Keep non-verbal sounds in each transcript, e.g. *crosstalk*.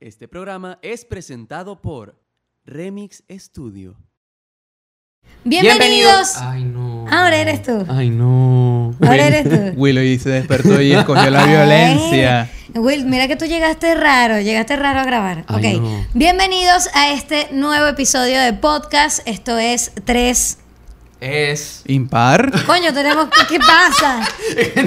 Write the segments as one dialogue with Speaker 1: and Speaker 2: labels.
Speaker 1: Este programa es presentado por Remix Studio.
Speaker 2: Bienvenidos.
Speaker 3: Ay, no.
Speaker 2: Ahora eres tú.
Speaker 3: Ay, no.
Speaker 2: Ahora eres tú.
Speaker 3: Willow y se despertó y escogió
Speaker 2: *laughs*
Speaker 3: la violencia.
Speaker 2: Will, mira que tú llegaste raro, llegaste raro a grabar.
Speaker 3: Ay,
Speaker 2: ok.
Speaker 3: no.
Speaker 2: Bienvenidos a este nuevo episodio de podcast. Esto es 3.
Speaker 3: Es. *laughs*
Speaker 1: Impar.
Speaker 2: Coño, tenemos. ¿Qué pasa?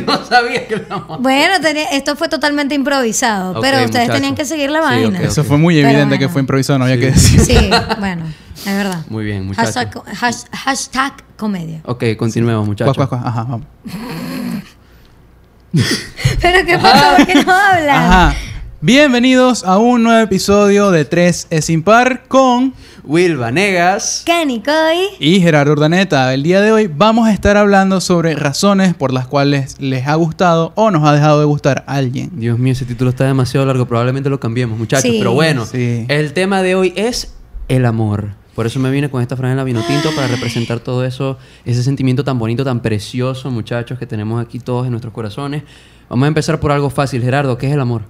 Speaker 3: no sabía que la mamá.
Speaker 2: Bueno, tenía- esto fue totalmente improvisado,
Speaker 3: Ok,
Speaker 2: pero ustedes
Speaker 3: muchacho.
Speaker 2: tenían que seguir la
Speaker 3: Sí,
Speaker 2: vaina.
Speaker 3: ok, ok.
Speaker 4: Eso fue muy
Speaker 2: Pero
Speaker 4: evidente
Speaker 2: bueno.
Speaker 4: que fue improvisado, no había que
Speaker 2: *laughs*
Speaker 4: decir.
Speaker 2: Sí, bueno, es verdad.
Speaker 3: Muy bien, muchachos.
Speaker 2: Hashtag, hash- hashtag
Speaker 3: *laughs*
Speaker 2: comedia.
Speaker 3: Ok, continuemos, muchachos.
Speaker 4: Cuá, cuá, cuá. Ajá, vamos.
Speaker 2: Pero ¿qué pasó? ¿Por qué no hablan?
Speaker 4: Ajá. Bienvenidos a un nuevo episodio de 3 es impar con
Speaker 3: Will Vanegas.
Speaker 2: Kenny Coy.
Speaker 4: y Gerardo Urdaneta. El día de hoy vamos a estar hablando sobre razones por las cuales les ha gustado o nos ha dejado de gustar alguien. *laughs*
Speaker 3: Dios mío, ese título está demasiado largo. Probablemente lo cambiemos, muchachos.
Speaker 2: Sí.
Speaker 3: Pero bueno,
Speaker 4: Sí.
Speaker 3: el tema de hoy es el amor. Por eso me vine con esta franela vino tinto para representar todo eso, ese sentimiento tan bonito, tan precioso, muchachos, que tenemos aquí todos en nuestros corazones. Vamos a empezar por algo fácil, Gerardo. ¿Qué es el amor?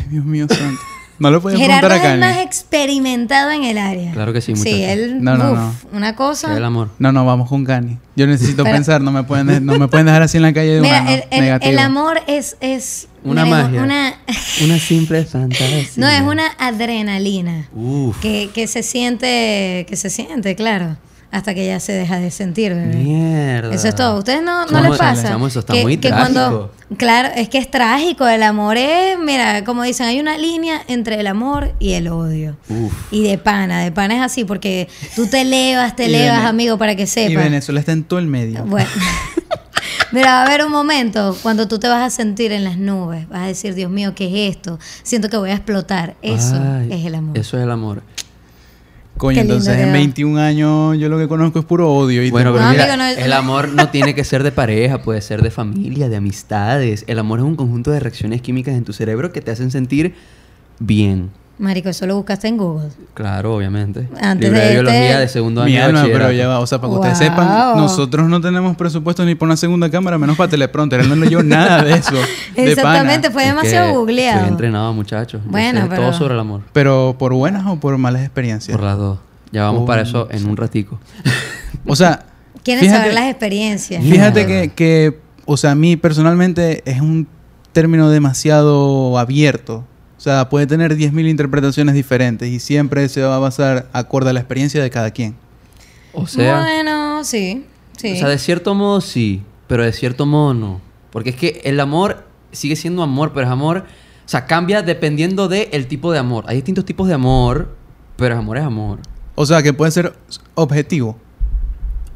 Speaker 4: Ay, Dios mío santo. No lo puedes
Speaker 2: Gerardo
Speaker 4: preguntar
Speaker 2: es
Speaker 4: a
Speaker 2: el más
Speaker 4: Kanye.
Speaker 2: experimentado en el área.
Speaker 3: Claro que sí, muchacho.
Speaker 2: Sí, él.
Speaker 4: No, no,
Speaker 2: uf, Una
Speaker 3: ¿Qué es
Speaker 2: cosa.
Speaker 3: el amor?
Speaker 4: No, no, vamos con Kanye. Yo necesito
Speaker 2: Pero-
Speaker 4: pensar, no me, pueden, de- no me pueden dejar así en la calle de una.
Speaker 2: Mira,
Speaker 4: ¿no?
Speaker 2: el, el-
Speaker 4: Negativo.
Speaker 2: el amor es. es
Speaker 3: Una
Speaker 2: mira,
Speaker 3: magia.
Speaker 2: una- *laughs*
Speaker 3: Una simple fantasía.
Speaker 2: no, es una adrenalina.
Speaker 3: Uf.
Speaker 2: Que, que se siente. Que se siente, claro. Hasta que ya se deja de sentir, bebé.
Speaker 3: Mierda.
Speaker 2: Eso es todo. ¿Ustedes no, no
Speaker 3: Chamo,
Speaker 2: les pasa?
Speaker 3: chamo, eso está muy
Speaker 2: cuando-
Speaker 3: trágico.
Speaker 2: claro, es que es trágico. El amor es, mira, como dicen, hay una línea entre el amor y el odio.
Speaker 3: Uf.
Speaker 2: Y de pana, de pana es así, porque tú te elevas, te
Speaker 4: Y
Speaker 2: elevas,
Speaker 4: Vene-
Speaker 2: amigo, para que sepas.
Speaker 4: Y Venezuela está en todo el medio.
Speaker 2: Bueno. *laughs* Mira, va a haber un momento cuando tú te vas a sentir en las nubes, vas a decir, Dios mío, ¿qué es esto? Siento que voy a explotar. Eso
Speaker 3: Ay,
Speaker 2: es el amor.
Speaker 3: Eso es el amor.
Speaker 4: Coño,
Speaker 2: Qué lindo
Speaker 4: entonces
Speaker 2: te va.
Speaker 4: en 21 años yo lo que conozco es puro odio. Y
Speaker 3: Bueno,
Speaker 4: te-
Speaker 3: pero
Speaker 2: No,
Speaker 3: mira,
Speaker 2: amigo, no es-
Speaker 3: el amor no tiene que ser de pareja, puede ser de familia, de amistades. El amor es un conjunto de reacciones químicas en tu cerebro que te hacen sentir bien.
Speaker 2: Marico, eso lo buscaste en Google.
Speaker 3: Claro, obviamente.
Speaker 2: Antes
Speaker 3: Libro
Speaker 2: de
Speaker 3: de
Speaker 2: este-
Speaker 3: biología de segundo año.
Speaker 4: Mi
Speaker 3: de
Speaker 4: alma, pero
Speaker 3: bachillerato.
Speaker 4: ya va. O sea, para que ustedes
Speaker 2: Wow.
Speaker 4: sepan, nosotros no tenemos presupuesto ni para una segunda cámara, menos para teleprompter. Él no leyó nada de eso. de
Speaker 2: *laughs* Exactamente,
Speaker 4: pana.
Speaker 2: fue
Speaker 3: Es que
Speaker 2: demasiado googleado.
Speaker 3: Estoy entrenado, muchachos. Yo
Speaker 2: Bueno,
Speaker 3: sé
Speaker 2: pero-
Speaker 3: Todo sobre el amor.
Speaker 4: Pero por buenas o por malas experiencias.
Speaker 3: Por las dos. Ya vamos
Speaker 4: Oh.
Speaker 3: para eso en un ratico.
Speaker 4: O sea,
Speaker 2: Quieren
Speaker 4: fíjate-
Speaker 2: saber las experiencias.
Speaker 4: Fíjate
Speaker 3: Mierda.
Speaker 4: que, que, o sea, a mí personalmente es un término demasiado abierto. O sea, puede tener 10.000 interpretaciones diferentes y siempre se va a basar acorde a la experiencia de cada quien.
Speaker 3: O sea...
Speaker 2: bueno, sí, sí.
Speaker 3: O sea, de cierto modo sí, pero de cierto modo no. Porque es que el amor sigue siendo amor, pero es amor. O sea, cambia dependiendo del tipo de amor. Hay distintos tipos de amor, pero amor es amor.
Speaker 4: O sea, que puede ser objetivo.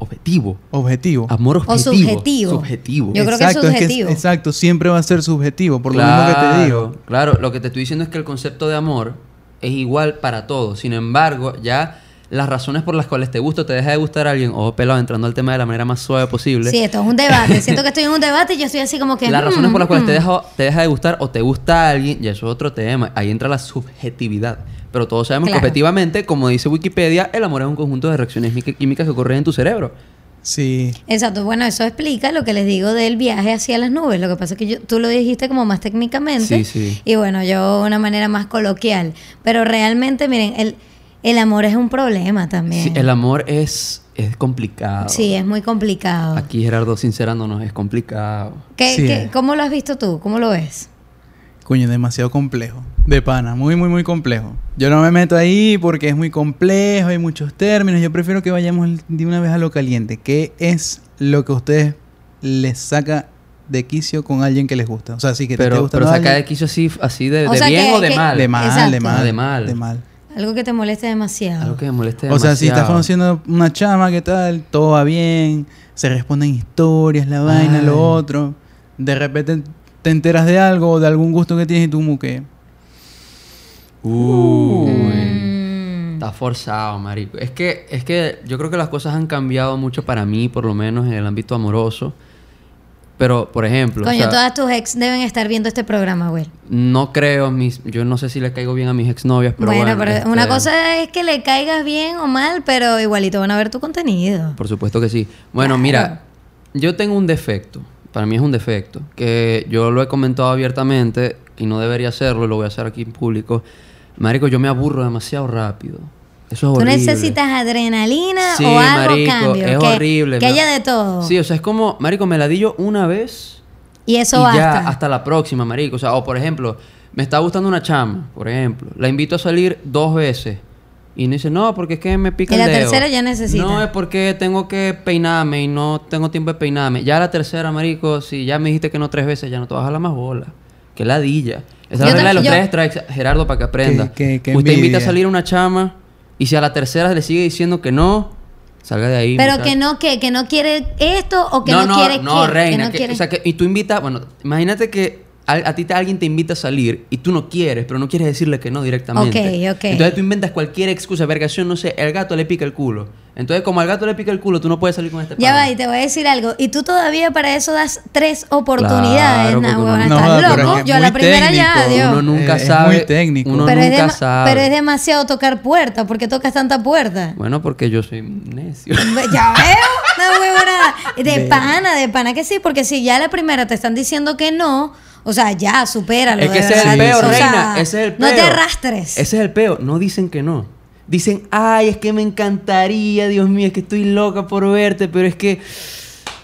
Speaker 3: Objetivo.
Speaker 4: Objetivo.
Speaker 3: Amor objetivo.
Speaker 2: O subjetivo.
Speaker 3: Subjetivo.
Speaker 2: Yo creo que es subjetivo.
Speaker 4: exacto, siempre va a ser subjetivo, por lo mismo que te digo.
Speaker 3: Claro, lo que te estoy diciendo es que el concepto de amor es igual para todos. Sin embargo, ya las razones por las cuales te gusta o te deja de gustar a alguien, o pelado, entrando al tema de la manera más suave posible.
Speaker 2: Sí, esto es un debate. Siento que estoy en un debate y yo estoy así como que.
Speaker 3: Las
Speaker 2: mm,
Speaker 3: razones por las cuales
Speaker 2: mm.
Speaker 3: te deja, te deja de gustar o te gusta a alguien, y eso es otro tema, ahí entra la subjetividad. Pero todos sabemos
Speaker 2: Claro.
Speaker 3: que objetivamente, como dice Wikipedia, el amor es un conjunto de reacciones mi- químicas que ocurren en tu cerebro.
Speaker 4: Sí.
Speaker 2: Exacto, bueno, eso explica lo que les digo del viaje hacia las nubes. Lo que pasa es que yo- tú lo dijiste como más técnicamente
Speaker 3: Sí, sí.
Speaker 2: y bueno, yo de una manera más coloquial. Pero realmente, miren, el, el amor es un problema también.
Speaker 3: Sí, el amor es, es complicado.
Speaker 2: Sí, es muy complicado.
Speaker 3: Aquí Gerardo sincerándonos, es complicado.
Speaker 2: ¿Qué-
Speaker 4: Sí,
Speaker 2: qué-
Speaker 4: es.
Speaker 2: ¿Cómo lo has visto tú? ¿Cómo lo ves?
Speaker 4: Coño, demasiado complejo. De pana, muy, muy, muy complejo. Yo no me meto ahí porque es muy complejo, hay muchos términos. Yo prefiero que vayamos de una vez a lo caliente. ¿Qué es lo que a ustedes les saca de quicio con alguien que les gusta? O sea, sí que te esté
Speaker 3: Pero, pero
Speaker 4: gustando
Speaker 3: saca de
Speaker 4: alguien-
Speaker 3: quicio así, así de,
Speaker 2: O
Speaker 3: de
Speaker 2: sea
Speaker 3: bien
Speaker 2: que-
Speaker 3: o de
Speaker 2: que-
Speaker 3: mal.
Speaker 4: de mal, de
Speaker 2: Exacto.
Speaker 4: mal.
Speaker 3: De mal.
Speaker 4: De mal.
Speaker 2: Algo que te moleste demasiado.
Speaker 3: Algo que me moleste
Speaker 4: O sea, si
Speaker 3: demasiado.
Speaker 4: estás conociendo una chama, ¿qué tal? Todo va bien, se responden historias, la vaina,
Speaker 3: Ay.
Speaker 4: lo otro. De repente te enteras de algo o de algún gusto que tienes y tú como que...
Speaker 3: Uh. Uy.
Speaker 2: Mm,
Speaker 3: Está forzado, marico. Es que, es que yo creo que las cosas han cambiado mucho para mí, por lo menos en el ámbito amoroso. Pero, por ejemplo, o
Speaker 2: Coño,
Speaker 3: sea,
Speaker 2: todas tus ex deben estar viendo este programa, güey.
Speaker 3: no creo, mis, yo no sé si le caigo bien a mis exnovias, pero
Speaker 2: bueno,
Speaker 3: bueno.
Speaker 2: pero
Speaker 3: este,
Speaker 2: una cosa es que le caigas bien o mal, pero igualito van a ver tu contenido.
Speaker 3: Por supuesto que sí. Bueno, mira, yo tengo un defecto. Para mí es un defecto. Que yo lo he comentado abiertamente y no debería hacerlo, y lo voy a hacer aquí en público. Marico, yo me aburro demasiado rápido. Eso es
Speaker 2: Tú
Speaker 3: horrible.
Speaker 2: necesitas adrenalina
Speaker 3: Sí,
Speaker 2: o algo
Speaker 3: marico,
Speaker 2: cambio.
Speaker 3: es
Speaker 2: que,
Speaker 3: horrible.
Speaker 2: Que
Speaker 3: me-
Speaker 2: haya de todo.
Speaker 3: Sí, o sea, es como, marico, me la di yo una vez
Speaker 2: y eso
Speaker 3: y
Speaker 2: basta.
Speaker 3: ya hasta la próxima, marico. O sea, o por ejemplo, me está gustando una chama, por ejemplo. La invito a salir dos veces. Y no dice, no, porque es que me pica
Speaker 2: Y
Speaker 3: el
Speaker 2: la
Speaker 3: dedo.
Speaker 2: tercera ya necesita.
Speaker 3: No, es porque tengo que peinarme y no tengo tiempo de peinarme. Ya la tercera, marico, si ya me dijiste que no tres veces, ya no te vas a la más bola. Que ladilla. Esa es la
Speaker 2: Yo
Speaker 3: regla de
Speaker 2: tam-
Speaker 3: los
Speaker 2: yo-
Speaker 3: tres strikes, Gerardo, para que aprenda.
Speaker 4: Qué- qué- qué
Speaker 3: Usted invita a
Speaker 4: envidia.
Speaker 3: salir a una chama y si a la tercera le sigue diciendo que no, salga de ahí.
Speaker 2: Pero
Speaker 3: muchacho.
Speaker 2: que no, que, que no quiere esto o que no, quiere
Speaker 3: No,
Speaker 2: que,
Speaker 3: reina.
Speaker 2: que no
Speaker 3: que-
Speaker 2: quiere-
Speaker 3: o sea, que, y tú invitas... Bueno, imagínate que a, a ti te- alguien te invita a salir y tú no quieres, pero no quieres decirle que no directamente.
Speaker 2: Ok, ok.
Speaker 3: Entonces tú inventas cualquier excusa. Vergación, no sé, el gato le pica el culo. Entonces, como al gato le pica el culo, tú no puedes salir con este
Speaker 2: Ya
Speaker 3: pana.
Speaker 2: va, y te voy a decir algo. Y tú todavía para eso das tres oportunidades,
Speaker 3: Claro,
Speaker 2: nah,
Speaker 3: porque
Speaker 2: huevona,
Speaker 3: no-
Speaker 2: Ah, estás
Speaker 4: No, pero
Speaker 2: loco.
Speaker 4: es que
Speaker 2: Yo a la
Speaker 4: muy
Speaker 2: primera ya,
Speaker 4: técnico.
Speaker 2: adiós.
Speaker 3: Uno nunca
Speaker 4: Es- es
Speaker 3: sabe.
Speaker 4: muy técnico.
Speaker 3: Uno
Speaker 2: pero, es
Speaker 3: nunca
Speaker 2: dema-
Speaker 3: sabe.
Speaker 2: pero es demasiado tocar puerta. ¿Por qué tocas tanta puerta?
Speaker 3: Bueno, porque yo soy necio.
Speaker 2: *laughs* Ya veo, una huevona. De pana, de pana que sí, porque si ya la primera te están diciendo que no, o sea, ya, supéralo.
Speaker 3: Es que
Speaker 2: de
Speaker 3: ese es el
Speaker 2: verdad.
Speaker 3: peo,
Speaker 2: O sea,
Speaker 3: reina. Ese es el peo.
Speaker 2: No te arrastres.
Speaker 3: Ese es el peo. No dicen que no. Dicen, ay, es que me encantaría, Dios mío, es que estoy loca por verte, pero es que,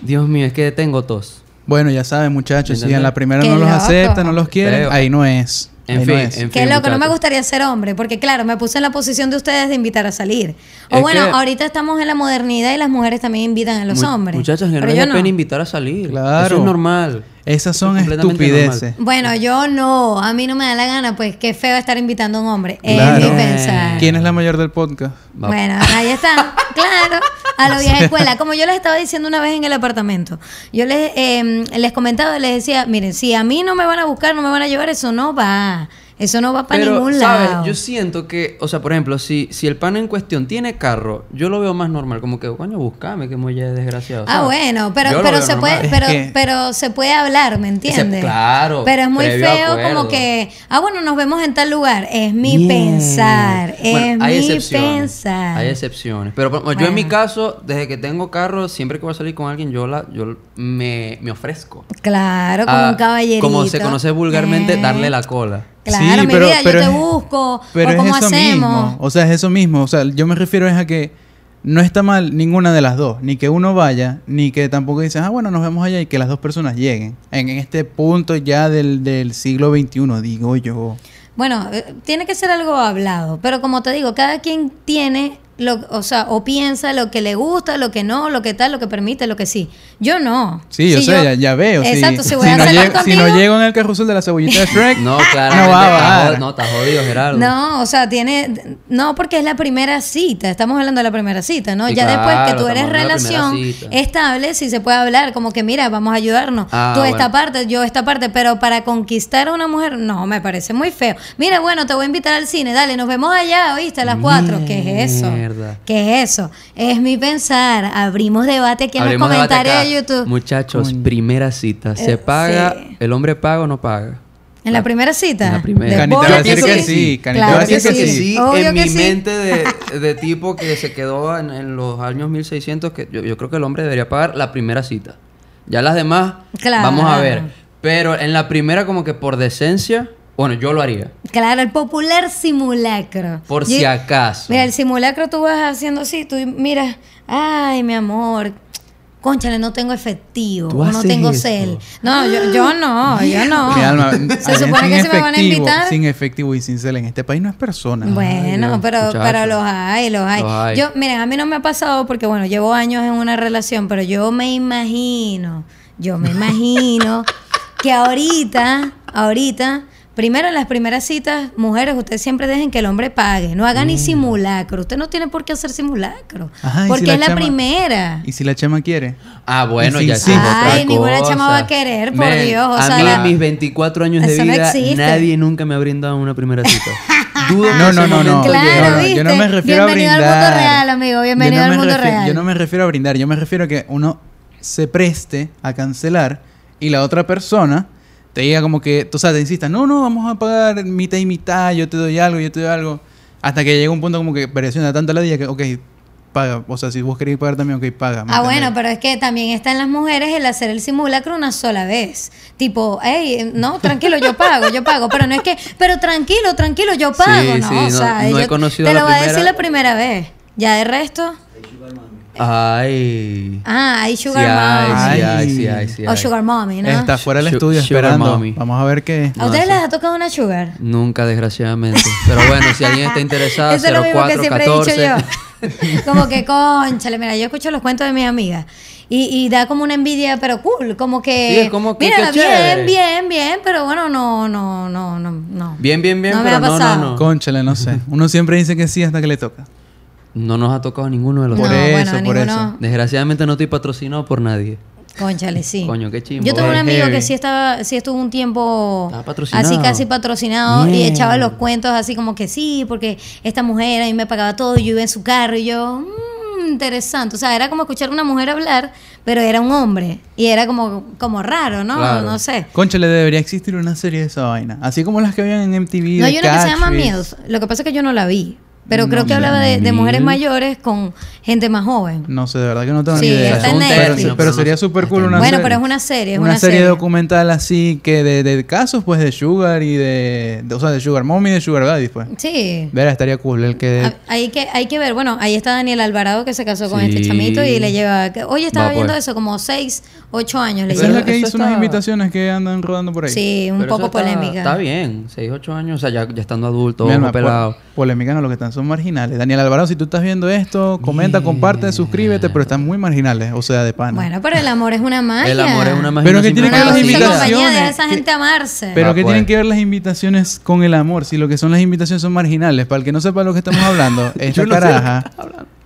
Speaker 3: Dios mío, es que tengo tos.
Speaker 4: Bueno, ya saben, muchachos, si
Speaker 3: ¿Entendés?
Speaker 4: en la primera
Speaker 2: Qué
Speaker 4: no los
Speaker 2: loco.
Speaker 4: aceptan, no los quieren,
Speaker 3: Feo.
Speaker 4: ahí no es.
Speaker 3: En
Speaker 4: Ahí
Speaker 3: fin,
Speaker 4: no es.
Speaker 3: en fin.
Speaker 2: Qué loco, no me
Speaker 3: muchachos.
Speaker 2: gustaría ser hombre, porque claro, me puse en la posición de ustedes de invitar a salir. O
Speaker 3: Es
Speaker 2: bueno,
Speaker 3: que-
Speaker 2: ahorita estamos en la modernidad y las mujeres también invitan a los
Speaker 3: Mu-
Speaker 2: hombres.
Speaker 3: Muchachos, que no
Speaker 2: pero
Speaker 3: les
Speaker 2: yo
Speaker 3: da pena invitar a salir.
Speaker 4: Claro.
Speaker 3: Eso es normal.
Speaker 4: Esas son
Speaker 3: Es completamente
Speaker 4: estupideces.
Speaker 2: Bueno, yo no, a mí no me da la gana, pues qué feo estar invitando a un hombre.
Speaker 4: Claro.
Speaker 2: Es mi pensar.
Speaker 4: ¿Quién es la mayor del podcast?
Speaker 3: Va-
Speaker 2: Bueno, ahí está,
Speaker 3: *laughs*
Speaker 2: claro, a la vieja escuela. Como yo les estaba diciendo una vez en el apartamento, yo les, eh, les comentaba, les decía, miren, si a mí no me van a buscar, no me van a llevar, eso no va. Eso no va para
Speaker 3: Pero,
Speaker 2: ningún
Speaker 3: ¿sabes?
Speaker 2: lado.
Speaker 3: Yo siento que, o sea, por ejemplo, si, si el pan en cuestión tiene carro, yo lo veo más normal. Como que, coño, buscame, que muelle desgraciado.
Speaker 2: Ah,
Speaker 3: ¿sabes?
Speaker 2: bueno, pero,
Speaker 3: Yo lo
Speaker 2: pero
Speaker 3: veo
Speaker 2: se puede,
Speaker 3: normal.
Speaker 2: pero,
Speaker 4: Es que-
Speaker 2: pero se puede hablar, ¿me entiendes?
Speaker 3: claro,
Speaker 2: Pero es muy
Speaker 3: previo
Speaker 2: feo
Speaker 3: acuerdo.
Speaker 2: como que, ah, bueno, nos vemos en tal lugar. Es mi
Speaker 3: Bien.
Speaker 2: pensar, es
Speaker 3: Bueno, hay
Speaker 2: mi
Speaker 3: excepciones,
Speaker 2: pensar.
Speaker 3: Hay excepciones. Pero por- yo en mi
Speaker 2: Bueno.
Speaker 3: caso, desde que tengo carro, siempre que voy a salir con alguien, yo la, yo me, me ofrezco.
Speaker 2: Claro, como
Speaker 3: A-
Speaker 2: un caballerito.
Speaker 3: Ah, Como se conoce vulgarmente,
Speaker 2: Eh,
Speaker 3: darle la
Speaker 2: *laughs*
Speaker 3: cola.
Speaker 2: Claro, mi vida, yo te
Speaker 4: es-
Speaker 2: busco.
Speaker 4: Pero
Speaker 2: o
Speaker 4: es
Speaker 2: cómo
Speaker 4: eso
Speaker 2: hacemos.
Speaker 4: mismo. O sea, es eso mismo. O sea, yo me refiero es a que no está mal ninguna de las dos. Ni que uno vaya, ni que tampoco dices, ah, bueno, nos vemos allá y que las dos personas lleguen. En, en este punto ya del, del siglo XXI, digo yo.
Speaker 2: Bueno, eh, tiene que ser algo hablado, pero como te digo, cada quien tiene, lo, o sea, o piensa lo que le gusta, lo que no, lo que tal, lo que permite, lo que sí. Yo no.
Speaker 4: Sí, yo
Speaker 2: Si
Speaker 4: sé, ya, ya veo. sí.
Speaker 2: Exacto, si voy a
Speaker 4: no
Speaker 2: salir
Speaker 4: llego- si
Speaker 2: contigo.
Speaker 4: no llego en el carrusel de la cebollita de
Speaker 3: *laughs*
Speaker 4: Shrek,
Speaker 3: No, claro.
Speaker 4: no va a bajar.
Speaker 3: No, estás jodido, Gerardo.
Speaker 2: Ah, No, o sea, tiene. No, porque es la primera cita. Estamos hablando de la primera cita, ¿no?
Speaker 3: Sí,
Speaker 2: ya después que
Speaker 3: claro,
Speaker 2: tú
Speaker 3: estamos
Speaker 2: eres
Speaker 3: hablando de la primera
Speaker 2: relación
Speaker 3: cita.
Speaker 2: estable, sí se puede hablar, como que mira, vamos a ayudarnos.
Speaker 3: Ah,
Speaker 2: tú
Speaker 3: bueno.
Speaker 2: esta parte, yo esta parte, pero para conquistar a una mujer, no, me parece muy feo. Mira, bueno, te voy a invitar al cine, dale, nos vemos allá, ¿oíste? A las cuatro. ¿Qué es eso?
Speaker 3: Mierda.
Speaker 2: ¿Qué es eso? Es mi pensar. Abrimos debate aquí en
Speaker 3: Abrimos
Speaker 2: los
Speaker 3: debate
Speaker 2: comentarios
Speaker 3: acá.
Speaker 2: de YouTube.
Speaker 3: Muchachos, primera cita. ¿Se
Speaker 2: Eh,
Speaker 3: paga?
Speaker 2: sí.
Speaker 3: ¿El hombre paga o no paga?
Speaker 2: ¿En la primera cita?
Speaker 3: En la primera.
Speaker 2: De
Speaker 4: Canita
Speaker 2: bola
Speaker 4: va a decir que
Speaker 2: sí.
Speaker 4: sí, Canita
Speaker 2: Claro
Speaker 4: va a
Speaker 2: que
Speaker 4: decir que sí.
Speaker 2: Obvio
Speaker 3: en mi
Speaker 2: que sí.
Speaker 3: mente
Speaker 2: *laughs*
Speaker 3: de, de tipo que se quedó en, en los años 1600, que yo, yo creo que el hombre debería pagar la primera cita. Ya las demás,
Speaker 2: Claro.
Speaker 3: vamos a ver. Pero en la primera, como que por decencia, bueno, yo lo haría.
Speaker 2: Claro, el popular simulacro.
Speaker 3: Por
Speaker 2: Yo-
Speaker 3: si acaso.
Speaker 2: Mira, el simulacro tú vas haciendo así, tú miras, ay, mi amor, conchale, no tengo efectivo,
Speaker 3: Tú
Speaker 2: o no
Speaker 3: haces
Speaker 2: tengo
Speaker 3: eso.
Speaker 2: cel. No, yo, yo no, yo no.
Speaker 4: mi alma,
Speaker 2: Se supone que
Speaker 4: sin
Speaker 2: se me van a
Speaker 4: efectivo,
Speaker 2: invitar.
Speaker 4: Sin efectivo y sin cel en este país no es persona.
Speaker 2: Bueno,
Speaker 3: Dios,
Speaker 2: pero,
Speaker 3: muchacho.
Speaker 2: pero los hay, los hay.
Speaker 3: Los hay.
Speaker 2: Yo, miren, a mí no me ha pasado porque, bueno, llevo años en una relación, pero yo me imagino, yo
Speaker 4: *laughs*
Speaker 2: me imagino que ahorita, ahorita, primero en las primeras citas, mujeres, ustedes siempre dejen que el hombre pague, no hagan ni simulacro. Usted no tiene por qué hacer simulacro,
Speaker 4: Mm. Ajá, y si
Speaker 2: porque
Speaker 4: la
Speaker 2: es la
Speaker 4: chama-
Speaker 2: primera.
Speaker 4: ¿Y si la chama quiere?
Speaker 3: Ah, bueno,
Speaker 4: Y
Speaker 3: ya
Speaker 4: sin
Speaker 3: sí.
Speaker 4: cita.
Speaker 2: Ay, ninguna chama va a querer, por Dios, o
Speaker 3: a
Speaker 2: sea,
Speaker 3: mí
Speaker 2: la-
Speaker 3: en mis 24 años de
Speaker 2: Eso no
Speaker 3: vida,
Speaker 2: existe.
Speaker 3: nadie nunca me ha brindado una primera
Speaker 2: *laughs*
Speaker 3: cita. Dudo que
Speaker 4: No,
Speaker 3: ese
Speaker 4: no, no, no.
Speaker 3: momento
Speaker 2: Claro,
Speaker 3: llegue.
Speaker 4: No, no, Yo no
Speaker 2: ¿viste?
Speaker 4: me refiero
Speaker 2: Bienvenido
Speaker 4: a
Speaker 2: al mundo
Speaker 4: brindar.
Speaker 2: real, amigo, bienvenido
Speaker 4: Yo no
Speaker 2: al
Speaker 4: me
Speaker 2: mundo
Speaker 4: refiero-
Speaker 2: real.
Speaker 4: Yo no me refiero a brindar. Yo me refiero a que uno se preste a cancelar y la otra persona te diga como que, tú sabes, te insista, no, no, vamos a pagar mitad y mitad, yo te doy algo, yo te doy algo. Hasta que llega un punto como que presiona tanta la día que, ok, paga. O sea, si vos querés pagar también, ok, paga. ¿me
Speaker 2: Ah,
Speaker 4: entendés?
Speaker 2: bueno, pero es que también está en las mujeres el hacer el simulacro una sola vez. Tipo, hey, no, tranquilo, yo pago, yo pago. Pero no es que, pero tranquilo, tranquilo, yo pago.
Speaker 3: Sí,
Speaker 2: no,
Speaker 3: sí,
Speaker 2: o
Speaker 3: no-
Speaker 2: sea,
Speaker 3: no he
Speaker 2: yo-
Speaker 3: conocido
Speaker 2: te
Speaker 3: la
Speaker 2: lo voy a decir
Speaker 3: primera-
Speaker 2: la primera vez. Ya de resto,
Speaker 3: Ay.
Speaker 2: ah, hay
Speaker 3: Sí,
Speaker 2: Sugar Mom.
Speaker 3: ay, sí,
Speaker 4: Mommy.
Speaker 3: ay, sí, ay, sí,
Speaker 2: o
Speaker 3: ay.
Speaker 2: Sugar Mommy, ¿no?
Speaker 4: Está fuera del
Speaker 3: Su-
Speaker 4: estudio
Speaker 3: Sugar
Speaker 4: esperando.
Speaker 3: Mommy.
Speaker 4: Vamos a ver qué.
Speaker 2: ¿A ustedes
Speaker 3: No,
Speaker 2: les ha tocado una Sugar?
Speaker 3: Nunca, desgraciadamente. Pero bueno, si alguien está interesado,
Speaker 2: Eso es lo mismo que siempre
Speaker 3: 0414.
Speaker 2: he dicho
Speaker 3: *laughs*
Speaker 2: yo. Como que, conchale, mira, yo escucho los cuentos de mis amigas. Y, y da como una envidia, pero cool. Como que.
Speaker 3: Sí, es como que-
Speaker 2: mira,
Speaker 3: qué
Speaker 2: bien,
Speaker 3: chévere.
Speaker 2: bien, bien, pero bueno, no, no, no, no. no.
Speaker 3: *laughs* Bien, bien, bien,
Speaker 2: No me
Speaker 3: pero
Speaker 2: ha
Speaker 3: no, no,
Speaker 2: pasado.
Speaker 3: no.
Speaker 4: Cónchale,
Speaker 3: *laughs*
Speaker 4: no sé. Uno siempre dice que sí hasta que le toca.
Speaker 3: No nos ha tocado ninguno de los
Speaker 2: No,
Speaker 4: Por
Speaker 3: dos.
Speaker 4: eso,
Speaker 2: bueno,
Speaker 4: por
Speaker 2: ninguno.
Speaker 3: Desgraciadamente no estoy patrocinado por nadie.
Speaker 2: Conchale, sí.
Speaker 3: Coño, qué chimbo.
Speaker 2: Yo tuve un
Speaker 4: Es
Speaker 2: amigo
Speaker 4: heavy.
Speaker 2: que sí estaba, sí estuvo un tiempo
Speaker 3: Estaba patrocinado.
Speaker 2: así casi patrocinado y
Speaker 3: Bien.
Speaker 2: echaba los cuentos así como que sí, porque esta mujer a mí me pagaba todo, yo iba en su carro y yo, "Mm, interesante. O sea, era como escuchar a una mujer hablar, pero era un hombre. Y era como, como raro, ¿no?
Speaker 3: Claro.
Speaker 2: No sé.
Speaker 4: Cónchale, debería existir una serie de esa vaina. Así como las que habían en MTV.
Speaker 2: No,
Speaker 4: de
Speaker 2: hay una que se llama
Speaker 4: Catfish.
Speaker 2: Mills. Lo que pasa es que yo no la vi. Pero
Speaker 4: No,
Speaker 2: creo que
Speaker 4: mira,
Speaker 2: hablaba de, de mujeres
Speaker 3: Mills.
Speaker 2: mayores con gente más joven.
Speaker 4: No sé, de verdad que no tengo
Speaker 2: Sí,
Speaker 4: ni idea.
Speaker 2: está en
Speaker 4: Pero-
Speaker 2: Netflix.
Speaker 4: Pero, sería súper cool una
Speaker 2: Bueno,
Speaker 4: serie.
Speaker 2: pero es una serie, es
Speaker 4: una,
Speaker 2: una
Speaker 4: serie
Speaker 2: serie.
Speaker 4: documental así que de, de casos pues de Sugar y de, de- O sea, de Sugar Mommy y de Sugar Daddy pues.
Speaker 2: Sí.
Speaker 4: Verá, estaría cool el que...
Speaker 3: Eh,
Speaker 2: Ah, Hay que, hay que ver, bueno, ahí está Daniel Alvarado que se casó con
Speaker 3: Sí.
Speaker 2: este chamito y le lleva, que- oye, estaba
Speaker 3: Va, pues.
Speaker 2: viendo eso, como 6, 8 años le
Speaker 4: Esa es
Speaker 2: lleva.
Speaker 4: la que
Speaker 3: eso
Speaker 4: hizo unas
Speaker 3: está-
Speaker 4: invitaciones que andan rodando por ahí.
Speaker 2: Sí, un
Speaker 3: Pero eso
Speaker 2: poco
Speaker 3: está-
Speaker 2: polémica.
Speaker 3: Está bien, 6, 8 años, o sea, ya, ya estando adulto,
Speaker 4: Mi
Speaker 3: ojo
Speaker 4: alma, po-
Speaker 3: pelado.
Speaker 4: polémica no, lo que están son marginales. Daniel Alvarado, si tú estás viendo esto, comenta, comparte, suscríbete, pero están muy marginales, o sea, de pana.
Speaker 2: Bueno, pero el amor es una magia.
Speaker 3: El amor es una magia.
Speaker 4: Pero que tiene que
Speaker 2: Una
Speaker 4: ver las
Speaker 2: dulce
Speaker 4: invitaciones.
Speaker 2: compañía, deja a esa
Speaker 4: que-
Speaker 2: gente amarse.
Speaker 4: Pero
Speaker 3: Ah,
Speaker 4: que
Speaker 3: pues.
Speaker 4: tienen que ver las invitaciones con el amor, si lo que son las invitaciones son marginales. Para el que no sepa lo que estamos hablando,
Speaker 3: *laughs*
Speaker 4: esta
Speaker 3: Yo no sé de qué
Speaker 4: caraja,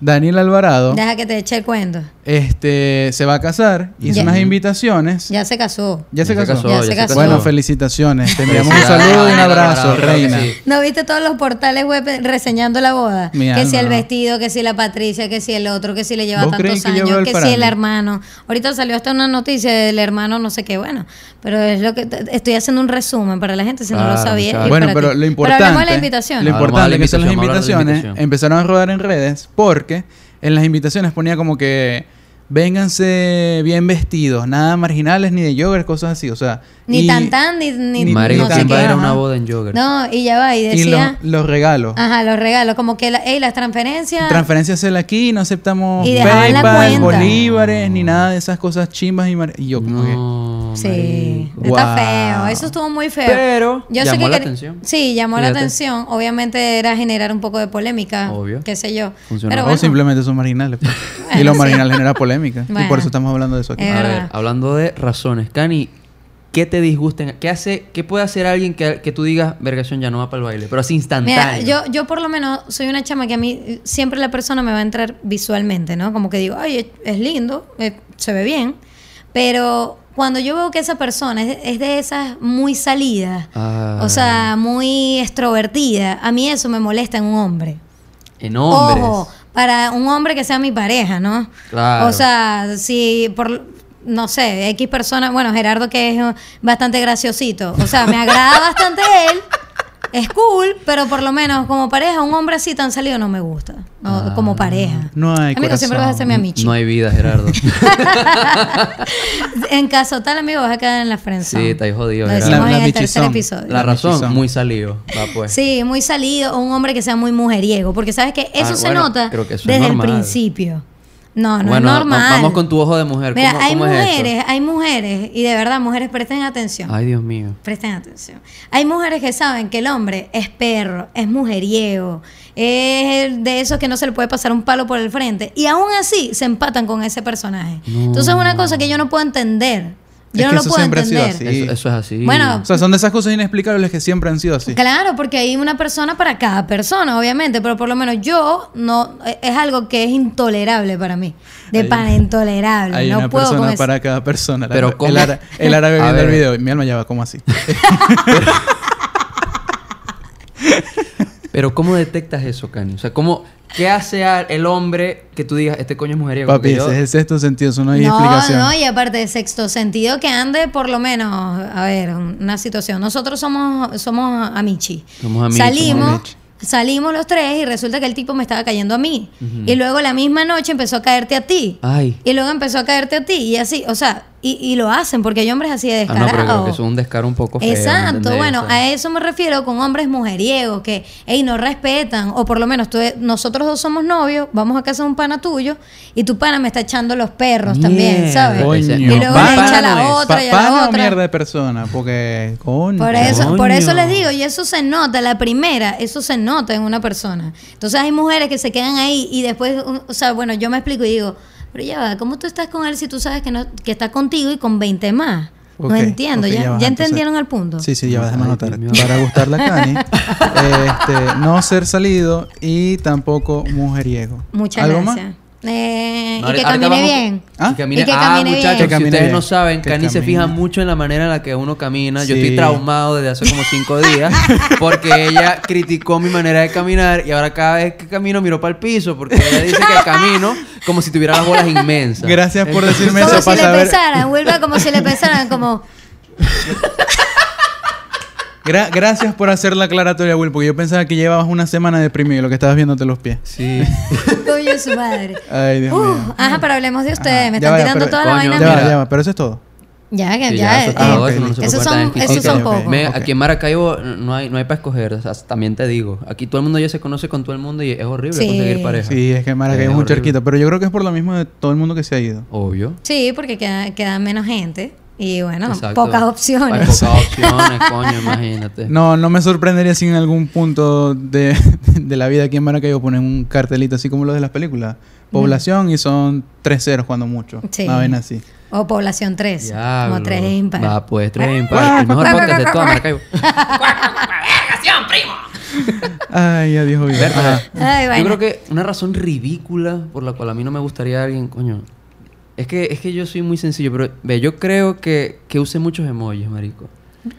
Speaker 4: Daniel Alvarado,
Speaker 2: deja que te eche el cuento.
Speaker 4: este, se va a casar, hizo
Speaker 2: Ya.
Speaker 4: unas invitaciones. Ya,
Speaker 2: Ya se casó.
Speaker 4: se, casó.
Speaker 2: Ya se casó.
Speaker 4: Bueno, felicitaciones. Te enviamos un
Speaker 3: Felicidades,
Speaker 4: saludo y un
Speaker 3: Daniel
Speaker 4: abrazo,
Speaker 3: Alvarado, claro que
Speaker 4: reina.
Speaker 3: sí.
Speaker 2: ¿No viste todos los portales web reseñando la boda?
Speaker 4: Mi
Speaker 2: que
Speaker 4: alma,
Speaker 2: si el
Speaker 4: no.
Speaker 2: vestido, que si la Patricia, que si el otro, que si le lleva
Speaker 4: ¿Vos
Speaker 2: tantos
Speaker 4: creen que yo
Speaker 2: años,
Speaker 4: veo el
Speaker 2: que si
Speaker 4: parando?
Speaker 2: el hermano. Ahorita salió hasta una noticia del hermano, no sé qué, bueno. Pero es lo que estoy haciendo un resumen para la gente si no lo
Speaker 3: Claro,
Speaker 2: sabía.
Speaker 3: muchachos.
Speaker 2: y
Speaker 4: Bueno,
Speaker 2: para
Speaker 4: pero
Speaker 2: ti.
Speaker 4: lo importante.
Speaker 2: Pero hablemos de la invitación.
Speaker 4: Lo
Speaker 3: Hablamos de la
Speaker 4: importante que son las
Speaker 3: invitación, vamos a hablar de la
Speaker 4: invitaciones.
Speaker 3: invitación.
Speaker 4: Empezaron a rodar en redes porque en las invitaciones ponía como que. Vénganse bien vestidos, nada marginales ni de yoga, cosas así, o sea.
Speaker 2: ni
Speaker 4: y-
Speaker 2: tan tan, ni, ni,
Speaker 4: ni
Speaker 3: Marico,
Speaker 2: no sé
Speaker 4: tan
Speaker 3: ¿quién va a
Speaker 2: qué.
Speaker 3: ir a una
Speaker 4: Ajá.
Speaker 3: boda en jogger?
Speaker 2: No, y ya va, y
Speaker 4: Y los,
Speaker 2: decía, "Ah,
Speaker 4: los regalos.
Speaker 2: ajá, los regalos, como que, la, ey, las transferencias.
Speaker 4: Transferencias hacerla aquí, no aceptamos
Speaker 2: Y dejaban la
Speaker 4: PayPal,
Speaker 2: cuenta.
Speaker 4: bolívares, ni nada de esas cosas chimbas y, mar- y yo como que
Speaker 3: No,
Speaker 2: Sí,
Speaker 3: marico.
Speaker 2: está
Speaker 4: Wow.
Speaker 2: feo, eso estuvo muy feo.
Speaker 3: Pero llamó la
Speaker 2: quer-
Speaker 3: atención.
Speaker 2: Sí, llamó la
Speaker 3: Fíjate.
Speaker 2: atención. Obviamente era generar un poco de polémica,
Speaker 3: Obvio.
Speaker 2: qué sé yo.
Speaker 3: Funcionó.
Speaker 2: Pero
Speaker 4: o
Speaker 2: bueno,
Speaker 4: simplemente son marginales.
Speaker 2: *laughs*
Speaker 4: pues. y
Speaker 2: Bueno,
Speaker 4: los
Speaker 2: sí.
Speaker 4: marginales genera polémica. Y
Speaker 2: Bueno.
Speaker 4: por eso estamos hablando de eso aquí.
Speaker 2: Eh,
Speaker 3: A ver,
Speaker 2: verdad.
Speaker 3: hablando de razones, Cani, ¿qué te disgusten? ¿Qué hace, qué puede hacer alguien que, que tú digas, vergación, ya no va para el baile? Pero así instantáneo.
Speaker 2: mira, yo, yo por lo menos soy una chama que a mí eh, siempre la persona me va a entrar visualmente, ¿no? Como que digo, ay, es, es lindo, eh, se ve bien. Pero cuando yo veo que esa persona es, es de esas muy salidas,
Speaker 3: Ah,
Speaker 2: o sea, muy extrovertida, a mí eso me molesta en un hombre.
Speaker 3: en hombres.
Speaker 2: Ojo, para un hombre que sea mi pareja, ¿no?
Speaker 3: Claro.
Speaker 2: O sea, si por no sé, X persona, bueno, Gerardo que es eh, bastante graciosito, o sea,
Speaker 3: *laughs*
Speaker 2: me agrada bastante él. Es cool, pero por lo menos como pareja, un hombre así tan salido no me gusta. no, como pareja.
Speaker 4: No hay
Speaker 2: Amigo, siempre
Speaker 4: corazón.
Speaker 2: vas a ser mi amichi.
Speaker 3: Ah, No hay vida,
Speaker 2: *laughs*
Speaker 3: Gerardo.
Speaker 2: En caso tal, amigo, vas a quedar en la frente.
Speaker 3: Sí, está ahí jodido,
Speaker 2: Lo
Speaker 3: Gerardo.
Speaker 2: decimos
Speaker 4: La-
Speaker 2: en
Speaker 4: la
Speaker 2: el tercer
Speaker 4: michizón.
Speaker 2: episodio.
Speaker 3: La razón,
Speaker 4: Son.
Speaker 3: muy salido. Va pues.
Speaker 2: Sí, muy salido, o un hombre que sea muy mujeriego, porque sabes que eso
Speaker 3: Ah,
Speaker 2: se
Speaker 3: bueno,
Speaker 2: nota
Speaker 3: creo que eso es
Speaker 2: desde el
Speaker 3: normal.
Speaker 2: principio. No, no
Speaker 3: bueno,
Speaker 2: es
Speaker 3: va-
Speaker 2: normal.
Speaker 3: vamos con tu ojo de mujer.
Speaker 2: Mira,
Speaker 3: ¿Cómo-
Speaker 2: hay
Speaker 3: cómo es eso?
Speaker 2: mujeres, hay mujeres, y de verdad, mujeres, presten atención.
Speaker 3: Ay, Dios mío.
Speaker 2: Presten atención. Hay mujeres que saben que el hombre es perro, es mujeriego, es de esos que no se le puede pasar un palo por el frente. Y aún así se empatan con ese personaje.
Speaker 3: No.
Speaker 2: Entonces es una cosa que yo no puedo entender.
Speaker 4: Es
Speaker 2: Yo no
Speaker 4: que
Speaker 2: lo
Speaker 4: eso
Speaker 2: puedo
Speaker 4: siempre ha sido
Speaker 2: entender.
Speaker 4: así. Sí.
Speaker 3: Eso, eso es así.
Speaker 2: Bueno,
Speaker 4: O sea, son de esas cosas inexplicables que siempre han sido así.
Speaker 2: Claro, porque hay una persona para cada persona, obviamente, pero por lo menos yo no e- es algo que es intolerable para mí, de
Speaker 4: Hay-
Speaker 2: pana intolerable,
Speaker 4: Hay
Speaker 2: no
Speaker 4: una
Speaker 2: puedo con
Speaker 4: persona
Speaker 2: eso.
Speaker 4: para cada persona. La-
Speaker 3: Pero
Speaker 4: el,
Speaker 3: ¿cómo?
Speaker 4: ara-
Speaker 3: *laughs*
Speaker 4: el árabe
Speaker 3: A
Speaker 4: viendo el
Speaker 3: ver.
Speaker 4: video. Mi alma ya va
Speaker 3: *laughs*
Speaker 4: como así.
Speaker 3: Pero ¿cómo detectas eso, Cani? O sea, ¿cómo, ¿qué hace al- el hombre que tú digas, este coño es mujeriego?
Speaker 4: Papi,
Speaker 3: Que yo-
Speaker 4: ese es el sexto sentido, eso no hay
Speaker 2: No,
Speaker 4: explicación.
Speaker 2: no, y aparte de sexto sentido que ande por lo menos, a ver, una situación. Nosotros somos somos amichi.
Speaker 3: Somos amichi,
Speaker 2: Salimos
Speaker 3: somos amichi.
Speaker 2: Salimos los tres y resulta que el tipo me estaba cayendo a mí. Y luego la misma noche empezó a caerte a ti.
Speaker 3: Ay.
Speaker 2: Y luego empezó a caerte a ti. Y así, o sea, y, y lo hacen porque hay hombres así de
Speaker 3: Ah, no,
Speaker 2: descarados.
Speaker 3: pero creo que eso es un descaro un poco feo. ¿me
Speaker 2: Exacto,
Speaker 3: entendés?
Speaker 2: bueno, eh,
Speaker 3: O sea,
Speaker 2: a eso me refiero con hombres mujeriegos que, hey, no respetan, o por lo menos tú, nosotros dos somos novios, vamos a casa de un pana tuyo y tu pana me está echando los perros también,
Speaker 3: Mierda.
Speaker 2: ¿sabes?
Speaker 3: Coño.
Speaker 2: Y luego
Speaker 3: Pana
Speaker 2: le echa
Speaker 3: no
Speaker 2: a la
Speaker 3: es.
Speaker 2: otra y a
Speaker 4: Pana
Speaker 2: la
Speaker 4: o
Speaker 2: otra.
Speaker 4: mierda de persona, porque coño.
Speaker 2: Por eso, por eso
Speaker 3: Coño.
Speaker 2: les digo, y eso se nota, la primera, eso se nota en una persona. Entonces hay mujeres que se quedan ahí y después, un- o sea, bueno, yo me explico y digo, pero ya va, ¿cómo tú estás con él si tú sabes que, no, que está contigo y con 20 más?
Speaker 4: Ok,
Speaker 2: no entiendo,
Speaker 4: ok,
Speaker 2: ya,
Speaker 4: va,
Speaker 2: ya
Speaker 4: entonces-
Speaker 2: entendieron el punto.
Speaker 4: Sí, sí, ya va, déjame
Speaker 3: Ay,
Speaker 4: anotar.
Speaker 3: Dios mío.
Speaker 4: Para gustar la Cani,
Speaker 2: *laughs*
Speaker 4: este, no ser salido y tampoco mujeriego.
Speaker 2: Muchas
Speaker 4: ¿Algo más?
Speaker 2: gracias. Eh, y
Speaker 3: ahorita
Speaker 2: que camine
Speaker 3: vamos-
Speaker 2: bien.
Speaker 4: ¿Ah?
Speaker 3: Y camine-
Speaker 2: Y que
Speaker 3: ah,
Speaker 2: camine bien.
Speaker 3: muchachos,
Speaker 4: Que
Speaker 3: si
Speaker 4: camine
Speaker 3: ustedes
Speaker 4: bien.
Speaker 3: no saben,
Speaker 4: Que
Speaker 3: Cani se
Speaker 4: camine.
Speaker 3: fija mucho en la manera en la que uno camina. Yo
Speaker 4: Sí.
Speaker 3: estoy traumado desde hace como cinco
Speaker 4: *laughs*
Speaker 3: días porque ella criticó mi manera de caminar y ahora cada vez que camino miro para el piso porque ella dice que camino como si tuviera las bolas inmensas.
Speaker 4: Gracias por decirme
Speaker 2: Como
Speaker 4: eso
Speaker 2: si
Speaker 4: para
Speaker 2: le
Speaker 4: saber.
Speaker 2: pesaran, vuelva
Speaker 3: *laughs*
Speaker 2: como si le pesaran, como
Speaker 4: Gra- gracias por hacer la aclaratoria, Will, porque yo pensaba que llevabas una semana deprimido y lo que estabas viéndote los pies. *laughs*
Speaker 3: Sí.
Speaker 2: coño su madre.
Speaker 4: Ay, Dios
Speaker 2: Uh,
Speaker 4: mío.
Speaker 2: ajá, pero hablemos de ustedes,
Speaker 4: Ajá,
Speaker 2: me
Speaker 4: ya
Speaker 2: están
Speaker 4: va,
Speaker 2: tirando
Speaker 4: pero-
Speaker 2: toda
Speaker 3: coño,
Speaker 2: la vaina.
Speaker 4: Ya va,
Speaker 3: mira.
Speaker 4: ya va, pero eso es todo.
Speaker 2: Ya, que
Speaker 3: Sí,
Speaker 2: ya.
Speaker 3: eso
Speaker 2: eh,
Speaker 3: está
Speaker 4: Ah,
Speaker 3: todo,
Speaker 4: ok.
Speaker 3: eso no se puede
Speaker 2: Esos
Speaker 3: contar en
Speaker 2: son,
Speaker 3: exquisito.
Speaker 2: esos son
Speaker 4: Ok, ok.
Speaker 2: pocos.
Speaker 3: Me-
Speaker 4: Ok.
Speaker 3: Aquí en Maracaibo no hay, no hay para escoger, o sea, también te digo. Aquí todo el mundo ya se conoce con todo el mundo y es horrible
Speaker 2: Sí.
Speaker 3: conseguir pareja.
Speaker 4: Sí, es que Maracaibo
Speaker 3: Es
Speaker 4: es un
Speaker 3: horrible.
Speaker 4: charquito, pero yo creo que es por lo mismo de todo el mundo que se ha ido.
Speaker 3: Obvio.
Speaker 2: Sí, porque queda, queda menos gente y bueno,
Speaker 3: Exacto.
Speaker 2: pocas
Speaker 3: Hay
Speaker 2: opciones.
Speaker 3: pocas opciones, coño, imagínate.
Speaker 4: No, no me sorprendería si en algún punto de, *laughs* de la vida aquí en Maracaibo ponen un cartelito así como los de las películas. Población y son tres ceros cuando mucho.
Speaker 2: Sí.
Speaker 4: Una vaina así.
Speaker 2: *laughs* O población 3. Como
Speaker 3: Diablo.
Speaker 2: 3 es impar.
Speaker 3: Va, pues
Speaker 2: *laughs*
Speaker 3: tres es impar. El mejor podcast de toda Maracaibo.
Speaker 4: Ay, adiós, Dios
Speaker 3: Berta,
Speaker 2: Ay,
Speaker 3: Yo
Speaker 2: bueno.
Speaker 3: creo que una razón ridícula por la cual a mí no me gustaría a alguien, coño. Es que, es que yo soy muy sencillo, pero ve, yo creo que, que use muchos emojis, marico.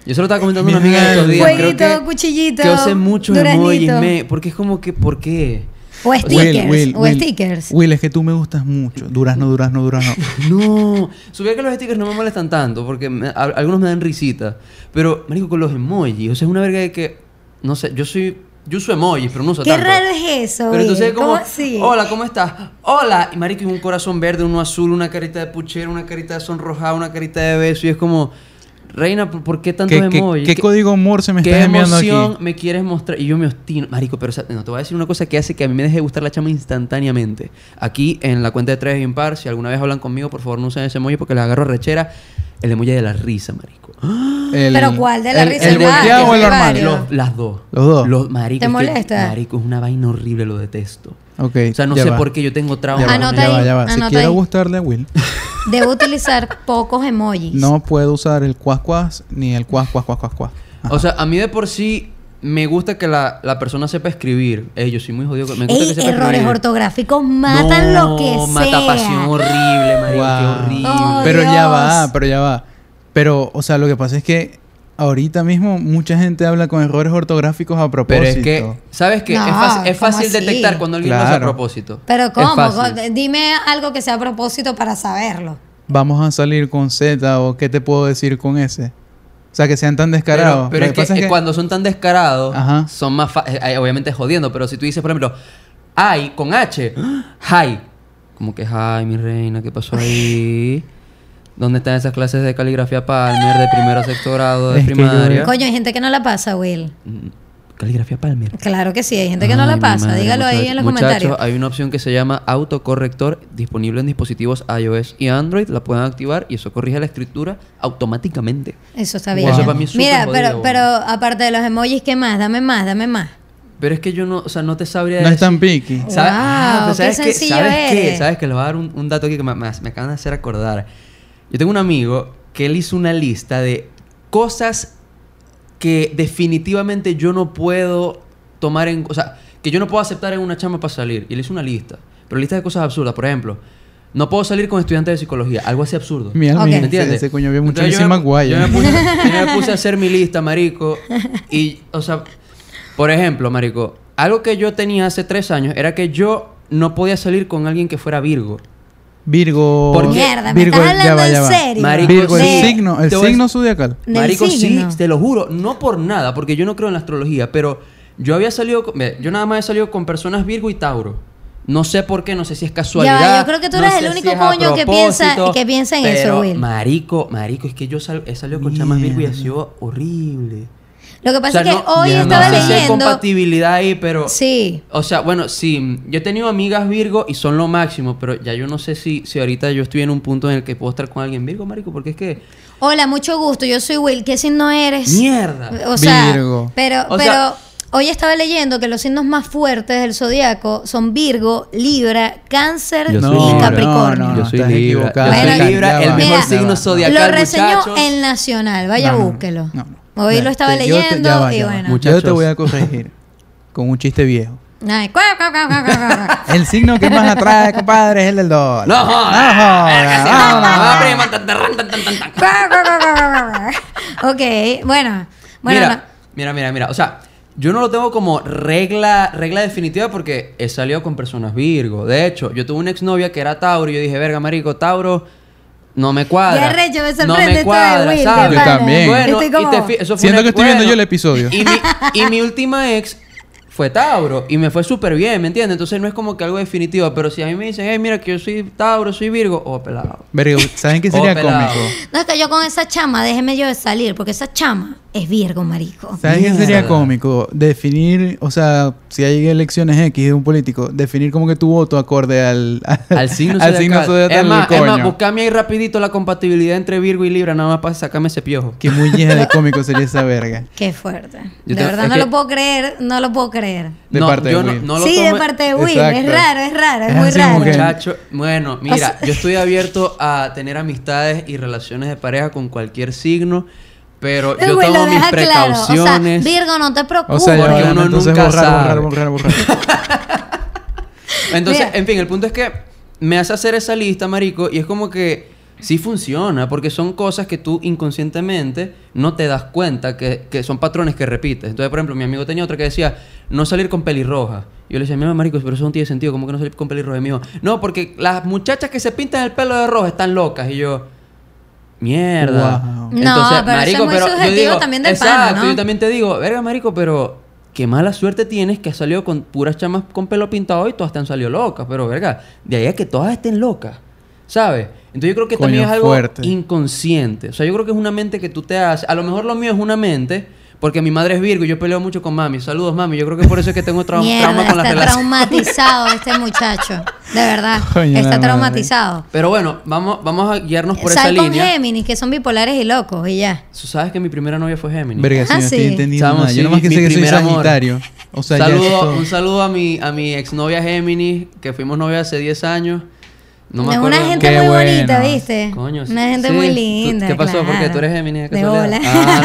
Speaker 3: Yo se lo estaba comentando a una amiga de estos días. creo
Speaker 2: Fueguito,
Speaker 3: que,
Speaker 2: cuchillito,
Speaker 3: Que use muchos emojis,
Speaker 2: duraznito.
Speaker 3: me- porque es como que, ¿por qué?
Speaker 2: O stickers. o stickers.
Speaker 4: Will, es que tú me gustas mucho. Durazno, durazno, durazno.
Speaker 2: *laughs*
Speaker 3: No, supiera que los stickers no me molestan tanto porque me- a- algunos me dan risita. Pero, marico, con los emojis, o sea, es una verga de que, no sé, yo soy, yo uso emojis, pero no uso
Speaker 2: Qué
Speaker 3: tanto.
Speaker 2: raro es eso.
Speaker 3: Pero entonces
Speaker 2: Will.
Speaker 3: es como,
Speaker 2: ¿Cómo así?
Speaker 3: hola, ¿cómo estás? Hola. Y marico, y un corazón verde, uno azul, una carita de puchero, una carita de sonrojada, una carita de beso. Y es como, reina, ¿por por qué tantos
Speaker 4: ¿Qué, qué,
Speaker 3: emojis?
Speaker 4: qué código Morse me
Speaker 3: qué
Speaker 4: estás enviando
Speaker 3: emoción
Speaker 4: aquí?
Speaker 3: me quieres mostrar? Y yo me obstino. Marico, pero o sea, no, te voy a decir una cosa que hace que a mí me deje de gustar la chama instantáneamente. Aquí, en la cuenta de tres impar, si alguna vez hablan conmigo, por favor, no usen ese emoji porque les agarro rechera. El emoji de la risa,
Speaker 2: *gasps*
Speaker 3: marico.
Speaker 4: El-
Speaker 2: Pero ¿cuál de la
Speaker 4: el-
Speaker 2: risa?
Speaker 4: ¿El
Speaker 2: Hay
Speaker 4: volteado
Speaker 2: varios,
Speaker 4: o el
Speaker 2: hay
Speaker 4: normal?
Speaker 2: varios.
Speaker 4: Los-
Speaker 3: Las dos.
Speaker 4: Los dos.
Speaker 3: marico,
Speaker 2: ¿Te
Speaker 3: es que-
Speaker 2: molesta?
Speaker 3: marico, es una vaina horrible, lo detesto.
Speaker 4: Ok.
Speaker 3: O sea, no
Speaker 4: ya
Speaker 3: sé
Speaker 4: va.
Speaker 3: por qué yo tengo trauma.
Speaker 4: Ya va,
Speaker 3: con
Speaker 2: Anota
Speaker 4: ya
Speaker 3: eso.
Speaker 4: va,
Speaker 2: ahí,
Speaker 4: ya va. Si
Speaker 2: anota
Speaker 4: quiero
Speaker 2: ahí.
Speaker 4: gustarle a Will,
Speaker 2: Debo utilizar
Speaker 3: *laughs*
Speaker 2: pocos emojis.
Speaker 4: no puedo usar el cuas cuas ni el cuas cuas cuas cuas cuas.
Speaker 3: O sea, a mí de por sí me gusta que la, la persona sepa escribir. Ey, yo soy muy jodido. con- Me gusta
Speaker 2: Ey,
Speaker 3: que sepa
Speaker 2: errores
Speaker 3: escribir.
Speaker 2: ortográficos matan
Speaker 3: No,
Speaker 2: lo que sea.
Speaker 3: Mata pasión horrible, marico, qué horrible.
Speaker 2: Oh,
Speaker 4: pero ya
Speaker 2: Dios.
Speaker 4: va, pero ya va. Pero, o sea, lo que pasa es que ahorita mismo mucha gente habla con errores ortográficos a propósito.
Speaker 3: Pero es que, ¿sabes qué?
Speaker 2: No,
Speaker 3: es fácil, es
Speaker 2: ¿cómo
Speaker 3: fácil
Speaker 2: así?
Speaker 3: detectar cuando alguien lo hace a
Speaker 4: Claro.
Speaker 3: propósito.
Speaker 2: Pero
Speaker 3: Es
Speaker 2: ¿cómo?
Speaker 3: fácil.
Speaker 2: Dime algo que sea a propósito para saberlo.
Speaker 4: Vamos a salir con Z o qué te puedo decir con S. O sea, que sean tan
Speaker 3: Pero,
Speaker 4: descarados.
Speaker 3: pero
Speaker 4: Lo
Speaker 3: es que,
Speaker 4: pasa
Speaker 3: eh, cuando son tan descarados,
Speaker 4: Ajá.
Speaker 3: son más fa- eh, eh, obviamente jodiendo, pero si tú dices, por ejemplo, ay con H, hi. Como que hi, mi reina, ¿qué pasó ahí? ¿Dónde están esas clases de caligrafía Palmer de primero a sexto grado de
Speaker 4: Es que yo-
Speaker 3: primaria?
Speaker 2: Coño, hay gente que no la pasa, Will.
Speaker 3: Mm, Caligrafía Palmer.
Speaker 2: Claro que sí, hay gente que no
Speaker 3: Ay,
Speaker 2: la
Speaker 3: mi
Speaker 2: pasa.
Speaker 3: madre,
Speaker 2: Dígalo ahí
Speaker 3: muchachos.
Speaker 2: en los
Speaker 3: Muchachos,
Speaker 2: comentarios.
Speaker 3: hay una opción que se llama autocorrector disponible en dispositivos iOS y Android. La pueden activar y eso corrige la escritura automáticamente.
Speaker 2: Eso está bien.
Speaker 3: Eso para mí es súper
Speaker 2: Mira,
Speaker 3: jodido,
Speaker 2: pero,
Speaker 3: güey.
Speaker 2: pero aparte de los emojis, ¿qué más? Dame más, dame más.
Speaker 3: Pero es que yo no, o sea, no te sabría
Speaker 4: No
Speaker 3: decir-
Speaker 4: es tan piqui.
Speaker 2: Wow,
Speaker 3: ¿Sabes? Ah, pero
Speaker 2: qué
Speaker 3: ¿sabes qué?
Speaker 2: sencillo
Speaker 3: ¿Sabes qué?
Speaker 2: eres.
Speaker 3: ¿Sabes qué? Les voy a dar un, un dato aquí que me, me- me acaban de hacer acordar. Yo tengo un amigo que él hizo una lista de cosas que definitivamente yo no puedo tomar en... O sea, que yo no puedo aceptar en una chamba para salir. Y él hizo una lista. Pero lista de cosas absurdas. Por ejemplo, no puedo salir con estudiantes de psicología. Algo así absurdo.
Speaker 4: Mi
Speaker 2: Ok.
Speaker 4: alma, mi-
Speaker 3: ¿Me
Speaker 4: ese,
Speaker 3: entiendes?
Speaker 4: ese coño vio ¿eh? mucho
Speaker 3: Entonces,
Speaker 4: Lizzie
Speaker 3: yo me-
Speaker 4: McGuire.
Speaker 3: Yo me, puse, yo
Speaker 4: *laughs*
Speaker 3: me puse a hacer mi lista, marico. Y, o sea, por ejemplo, marico, algo que yo tenía hace tres años era que yo no podía salir con alguien que fuera Virgo.
Speaker 4: Virgo.
Speaker 3: Porque-
Speaker 2: Mierda, me estás
Speaker 4: ya
Speaker 2: hablando
Speaker 4: va,
Speaker 2: en
Speaker 4: ya va.
Speaker 2: serio.
Speaker 3: Marico,
Speaker 4: Virgo, el
Speaker 3: sí.
Speaker 4: signo, el
Speaker 3: Te voy a-
Speaker 4: signo zodiacal.
Speaker 2: Del
Speaker 3: marico,
Speaker 2: signo.
Speaker 3: sí, te lo juro. No por nada, porque yo no creo en la astrología, pero Yo había salido, con- ve, yo nada más he salido con personas Virgo y Tauro. No sé por qué, no sé si es casualidad.
Speaker 2: Ya va, yo creo que tú
Speaker 3: no
Speaker 2: eres
Speaker 3: sé
Speaker 2: el
Speaker 3: si
Speaker 2: único
Speaker 3: es a
Speaker 2: coño que piensa-
Speaker 3: propósito,
Speaker 2: que piensa en
Speaker 3: pero,
Speaker 2: eso, Will.
Speaker 3: Marico, marico, es que yo sal- he salido con chamas Virgo y ha sido horrible.
Speaker 2: Lo que pasa
Speaker 3: O sea,
Speaker 2: es que
Speaker 3: no-
Speaker 2: hoy
Speaker 3: no
Speaker 2: estaba
Speaker 3: sé si hay
Speaker 2: leyendo.
Speaker 3: compatibilidad ahí, pero...
Speaker 2: sí.
Speaker 3: O sea, bueno, sí, yo he tenido amigas Virgo y son lo máximo, pero ya yo no sé si, si ahorita yo estoy en un punto en el que puedo estar con alguien Virgo, marico, porque es que...
Speaker 2: Hola, mucho gusto. Yo soy Will. ¿Qué signo eres?
Speaker 3: ¡Mierda!
Speaker 2: O sea,
Speaker 4: Virgo.
Speaker 2: pero,
Speaker 3: O
Speaker 2: pero
Speaker 3: sea-
Speaker 2: hoy estaba leyendo que los signos más fuertes del zodiaco son Virgo, Libra, Cáncer
Speaker 3: Yo soy
Speaker 2: y
Speaker 3: Libra.
Speaker 2: Capricornio.
Speaker 3: no, Yo soy
Speaker 4: Ah, estás
Speaker 3: Libra,
Speaker 4: equivocado.
Speaker 2: yo soy
Speaker 4: Ya
Speaker 3: Libra,
Speaker 4: va,
Speaker 3: el
Speaker 4: ya
Speaker 3: mejor
Speaker 4: va.
Speaker 3: signo zodiacal.
Speaker 2: Lo
Speaker 3: Zodiacal,
Speaker 2: reseñó
Speaker 3: muchachos.
Speaker 2: en Nacional, vaya
Speaker 4: No, no,
Speaker 2: búsquelo.
Speaker 4: no, no.
Speaker 2: Hoy
Speaker 4: Mira,
Speaker 2: lo estaba
Speaker 4: te- yo te-
Speaker 2: leyendo
Speaker 4: ya va,
Speaker 2: y
Speaker 4: ya va.
Speaker 2: bueno.
Speaker 4: Yo te
Speaker 3: Muchachos. *laughs*
Speaker 4: voy a corregir con un chiste viejo.
Speaker 2: Ay, cuac, cuac, cuac, cuac, cuac, cuac.
Speaker 4: El signo que más atrae, *laughs* compadre, es el del dólar.
Speaker 3: ¡No jodas!
Speaker 4: jodas, vámonos.
Speaker 3: Ah, prima, tan, tan, tan, tan, tan, tan.
Speaker 2: Cuac, cuac, cuac, cuac, cuac. ok, bueno. Bueno,
Speaker 3: mira,
Speaker 2: no.
Speaker 3: mira, mira, mira. O sea, yo no lo tengo como regla, regla definitiva porque he salido con personas Virgo. De hecho, yo tuve una exnovia que era Tauro y yo dije, verga, marico, Tauro. No me cuadra.
Speaker 2: Qué arrecho, me
Speaker 3: no
Speaker 2: sorprende esto
Speaker 3: me
Speaker 2: de
Speaker 3: cuadra,
Speaker 2: Will, de
Speaker 3: ¿sabes?
Speaker 4: pana. Yo también.
Speaker 3: Bueno,
Speaker 2: Estoy
Speaker 3: y
Speaker 2: como-
Speaker 3: te fi- eso fue
Speaker 4: Siento
Speaker 3: una-
Speaker 4: que estoy viendo
Speaker 3: bueno,
Speaker 4: yo el episodio.
Speaker 3: Y mi, y mi última ex fue Tauro y me fue súper bien, ¿me entiendes? Entonces no es como que algo definitivo, pero si a mí me dicen, hey, mira que yo soy Tauro, soy Virgo, oh, pelado.
Speaker 4: Verga, ¿saben qué sería
Speaker 3: Oh, pelado.
Speaker 4: cómico?
Speaker 2: No, es que yo con esa chama, déjeme yo de salir, porque esa chama es Virgo, marico.
Speaker 4: ¿Sabes qué
Speaker 3: Mierda.
Speaker 4: sería cómico? Definir, o sea, si hay elecciones X de un político, definir como que tu voto acorde al,
Speaker 3: Al signo
Speaker 4: al
Speaker 3: zodiacal.
Speaker 4: signo zodiacal
Speaker 3: Es más,
Speaker 4: del
Speaker 3: es
Speaker 4: coño.
Speaker 3: más, buscame ahí rapidito la compatibilidad entre Virgo y Libra, nada más para sacarme ese piojo.
Speaker 4: Qué muy llena de cómico sería esa
Speaker 3: *laughs*
Speaker 4: verga.
Speaker 2: Qué fuerte.
Speaker 3: Yo
Speaker 2: de
Speaker 3: te-
Speaker 2: verdad
Speaker 3: es
Speaker 2: no
Speaker 3: que-
Speaker 2: lo puedo creer, no lo puedo creer.
Speaker 4: De parte
Speaker 3: yo
Speaker 4: de
Speaker 3: no-
Speaker 4: Will.
Speaker 3: no lo
Speaker 2: sí, de
Speaker 3: tomé-
Speaker 2: parte de Will,
Speaker 4: Exacto.
Speaker 2: es raro, es raro, es,
Speaker 4: Es
Speaker 2: muy
Speaker 4: así
Speaker 2: raro.
Speaker 4: como que-
Speaker 3: Muchacho, bueno, mira,
Speaker 2: sea-
Speaker 3: yo estoy abierto a tener amistades y relaciones de pareja con cualquier signo, pero
Speaker 2: El
Speaker 3: yo
Speaker 2: Will
Speaker 3: tomo
Speaker 2: lo
Speaker 3: mis
Speaker 2: deja claro. O sea,
Speaker 3: precauciones.
Speaker 2: Virgo, no te
Speaker 4: O
Speaker 2: preocupes.
Speaker 4: sea, ya
Speaker 3: porque
Speaker 4: va,
Speaker 3: uno
Speaker 4: entonces
Speaker 3: nunca
Speaker 4: borrar, borrar,
Speaker 3: sabe.
Speaker 4: borrar,
Speaker 3: *laughs*
Speaker 4: borrar,
Speaker 3: Entonces,
Speaker 2: Mira.
Speaker 3: en fin, el punto es que me hace hacer esa lista, marico, y es como que sí funciona, porque son cosas que tú inconscientemente no te das cuenta que, que son patrones que repites. Entonces, por ejemplo, mi amigo tenía otra que decía, no salir con pelirroja. Yo le decía, mira, marico, pero eso no tiene sentido, ¿cómo que no salir con pelirroja? Y me dijo, no, porque las muchachas que se pintan el pelo de rojo están locas. Y yo... Mierda.
Speaker 4: Wow.
Speaker 2: No, pero eso es muy
Speaker 3: yo
Speaker 2: subjetivo
Speaker 3: digo,
Speaker 2: también del pana,
Speaker 3: exacto,
Speaker 2: ¿no?
Speaker 3: yo también te digo, verga, marico, pero qué mala suerte tienes que has salido con puras chamas con pelo pintado y todas te han salido locas, pero verga, de ahí a que todas estén locas, ¿sabes? Entonces yo creo que
Speaker 4: Coño,
Speaker 3: también es algo
Speaker 4: fuerte.
Speaker 3: inconsciente. O sea, yo creo que es una mente que tú te haces. A lo mejor lo mío es una mente, porque mi madre es Virgo y yo peleo mucho con mami. Saludos, mami. Yo creo que por eso es que
Speaker 2: *laughs*
Speaker 3: tengo trau-
Speaker 2: Mierda,
Speaker 3: trauma con las
Speaker 2: está
Speaker 3: relaciones.
Speaker 2: traumatizado este muchacho. De verdad,
Speaker 4: *laughs* Coño, la
Speaker 2: está
Speaker 4: madre.
Speaker 2: traumatizado.
Speaker 3: Pero bueno, vamos, vamos a guiarnos por esa
Speaker 2: Sal con
Speaker 3: línea.
Speaker 2: Géminis, que son bipolares y locos, y ya.
Speaker 3: Tú sabes que mi primera novia fue Géminis.
Speaker 4: Verga, sí,
Speaker 2: Ah,
Speaker 4: no estoy
Speaker 2: sí.
Speaker 4: entendiendo
Speaker 3: Chamo,
Speaker 4: nada. Yo
Speaker 3: sí,
Speaker 4: nomás que
Speaker 3: mi
Speaker 4: sé que soy
Speaker 3: primer amor.
Speaker 4: sagitario. O sea,
Speaker 3: Saludo-
Speaker 4: ya esto-
Speaker 3: un saludo a mi, a mi exnovia Géminis, que fuimos novios hace 10 años. No me
Speaker 2: es
Speaker 3: acuerdo.
Speaker 2: una gente
Speaker 4: Qué
Speaker 2: muy
Speaker 4: bueno.
Speaker 2: bonita, ¿viste?
Speaker 3: Coño, sí.
Speaker 2: una gente
Speaker 3: Sí,
Speaker 2: muy
Speaker 3: tú-
Speaker 2: linda.
Speaker 3: ¿Qué pasó? Porque
Speaker 2: claro.
Speaker 3: tú eres Géminis.
Speaker 2: De
Speaker 3: casualidad?
Speaker 2: bola.
Speaker 3: Ah,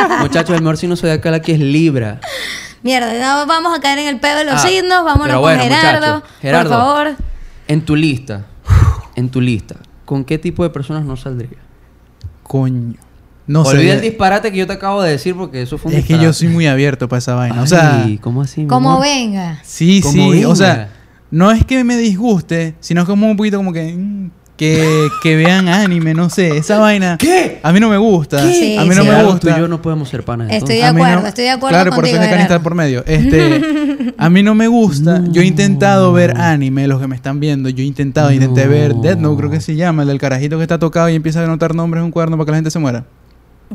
Speaker 3: no, no, no. Muchachos, el mejor signo zodiacal aquí es Libra.
Speaker 2: *laughs* Mierda, no vamos a caer en el pedo de los
Speaker 3: Ah,
Speaker 2: signos, vámonos
Speaker 3: pero
Speaker 2: con
Speaker 3: bueno,
Speaker 2: Gerardo,
Speaker 3: muchachos, Gerardo.
Speaker 2: Por favor.
Speaker 3: En tu lista, en tu lista, ¿con qué tipo de personas no saldría?
Speaker 4: Coño. No sé. eh.
Speaker 3: Olvida el disparate que yo te acabo de decir porque eso fue un
Speaker 4: Es que yo soy muy abierto para esa vaina. O sea,
Speaker 3: ¿cómo así? mi
Speaker 2: Como
Speaker 3: amor?
Speaker 2: venga.
Speaker 4: sí,
Speaker 3: Como
Speaker 4: sí.
Speaker 3: venga.
Speaker 4: O sea, no es que me disguste, sino como un poquito como que. mm,
Speaker 3: *laughs*
Speaker 4: Que, que vean anime, no sé. Esa vaina.
Speaker 3: ¿Qué?
Speaker 4: A mí no me gusta.
Speaker 2: ¿Qué? Sí,
Speaker 4: a mí no
Speaker 2: sí.
Speaker 4: me
Speaker 3: Gerardo,
Speaker 4: gusta.
Speaker 3: Tú y yo no podemos ser panas. entonces.
Speaker 2: Estoy de
Speaker 4: A mí
Speaker 2: acuerdo, estoy de acuerdo
Speaker 4: Claro, por eso
Speaker 2: contigo,
Speaker 4: es que Anita
Speaker 2: Gerardo.
Speaker 4: por medio.
Speaker 2: *laughs*
Speaker 4: Este, a mí no me gusta. Yo he intentado ver anime, los que me están viendo. Yo he intentado, intenté ver
Speaker 3: No.
Speaker 4: Death Note, creo que se llama, el del carajito que está tocado y empieza a anotar nombres en un cuaderno para que la gente se muera.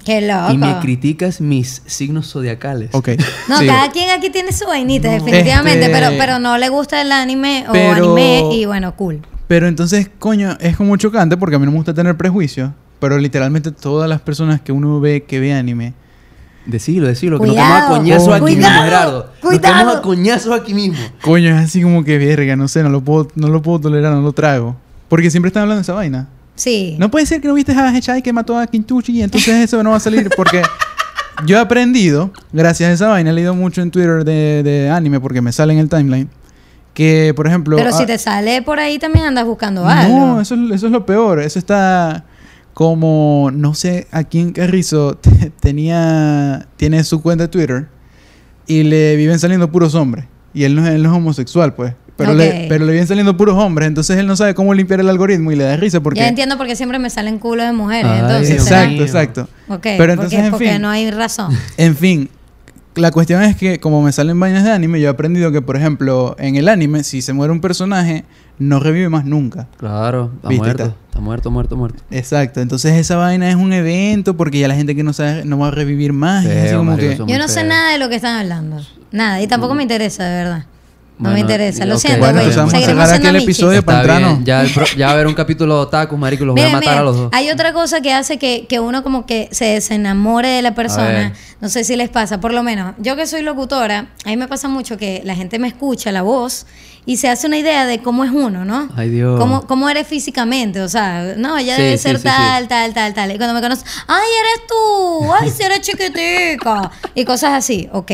Speaker 2: Qué loco.
Speaker 3: Y me criticas mis signos zodiacales.
Speaker 4: Ok.
Speaker 2: No,
Speaker 4: sigo.
Speaker 2: cada quien aquí tiene su vainita, definitivamente,
Speaker 4: Este-
Speaker 2: pero, pero no le gusta el anime o
Speaker 4: Pero-
Speaker 2: anime y bueno, cool.
Speaker 4: Pero entonces, coño, es como chocante porque a mí no me gusta tener prejuicios. Pero literalmente todas las personas que uno ve que ve anime.
Speaker 3: Decilo, decilo, que nos
Speaker 2: Cuidado,
Speaker 3: quedamos a coñazos aquí
Speaker 2: cuidado,
Speaker 3: mismo, Gerardo. Nos
Speaker 2: cuidado.
Speaker 3: quedamos a coñazos aquí mismo.
Speaker 4: Coño, es así como que verga, no sé, no lo puedo, no lo puedo tolerar, no lo trago. Porque siempre están hablando de esa vaina.
Speaker 2: Sí.
Speaker 4: No puede ser que no viste a Hechai que mató a Kintuchi y entonces eso no va a salir porque yo he aprendido, gracias a esa vaina, he leído mucho en Twitter de, de anime porque me sale en el timeline, que por ejemplo...
Speaker 2: pero si
Speaker 4: ah,
Speaker 2: te sale por ahí también andas buscando algo.
Speaker 4: No, eso, es- eso es lo peor, eso está como, no sé a quién Carrizo *laughs* te- tenía, tiene su cuenta de Twitter y le viven saliendo puros hombres. Y él no, él no es homosexual, pues. Pero, le,
Speaker 2: Ok.
Speaker 4: pero le viven saliendo puros hombres, entonces él no sabe cómo limpiar el algoritmo y le da risa porque...
Speaker 2: Ya entiendo por qué siempre me salen culos de mujeres.
Speaker 3: Ay,
Speaker 2: entonces,
Speaker 3: Dios
Speaker 2: ¿será?
Speaker 4: Exacto,
Speaker 3: mío.
Speaker 4: exacto.
Speaker 2: Ok,
Speaker 4: Pero entonces,
Speaker 2: porque,
Speaker 4: *laughs* en
Speaker 2: porque
Speaker 4: fin.
Speaker 2: no hay razón.
Speaker 4: En fin, La cuestión es que, como me salen vainas de anime, yo he aprendido que, por ejemplo, en el anime, si se muere un personaje, no revive más nunca.
Speaker 3: Claro, está
Speaker 4: Viste,
Speaker 3: muerto.
Speaker 4: está.
Speaker 3: Está muerto, muerto, muerto.
Speaker 4: Exacto, entonces esa vaina es un evento porque ya la gente que no sabe no va a revivir más. y es
Speaker 3: Feo,
Speaker 4: así como
Speaker 3: marico,
Speaker 4: que-
Speaker 3: eso muy
Speaker 2: Yo no sé
Speaker 3: feo.
Speaker 2: nada de lo que están hablando. Nada, y tampoco me interesa, de verdad. No
Speaker 3: Bueno,
Speaker 2: me interesa, lo
Speaker 3: ok,
Speaker 2: siento.
Speaker 4: Bueno,
Speaker 2: güey.
Speaker 4: pues vamos a
Speaker 2: Seguiremos
Speaker 4: cerrar
Speaker 2: siendo
Speaker 4: aquel
Speaker 2: amichis.
Speaker 4: episodio. de
Speaker 3: Está
Speaker 4: Pantrano.
Speaker 3: bien, Ya, el pro- ya va a haber un capítulo de otakus, marico, y los voy a
Speaker 2: Miren,
Speaker 3: matar a
Speaker 2: miren,
Speaker 3: los dos.
Speaker 2: Hay otra cosa que hace que, que uno como que se desenamore de la
Speaker 3: ver.
Speaker 2: persona. No sé si les pasa, por lo menos. Yo que soy locutora, a mí me pasa mucho que la gente me escucha la voz y se hace una idea de cómo es uno, ¿no?
Speaker 3: Ay, Dios.
Speaker 2: Cómo, cómo eres físicamente, o sea, no, ella
Speaker 3: Sí,
Speaker 2: debe
Speaker 3: sí,
Speaker 2: ser
Speaker 3: sí,
Speaker 2: tal,
Speaker 3: sí.
Speaker 2: tal, tal, tal. Y cuando me conoce, ay, eres tú, ay, si eres chiquitica. Y cosas así, ok.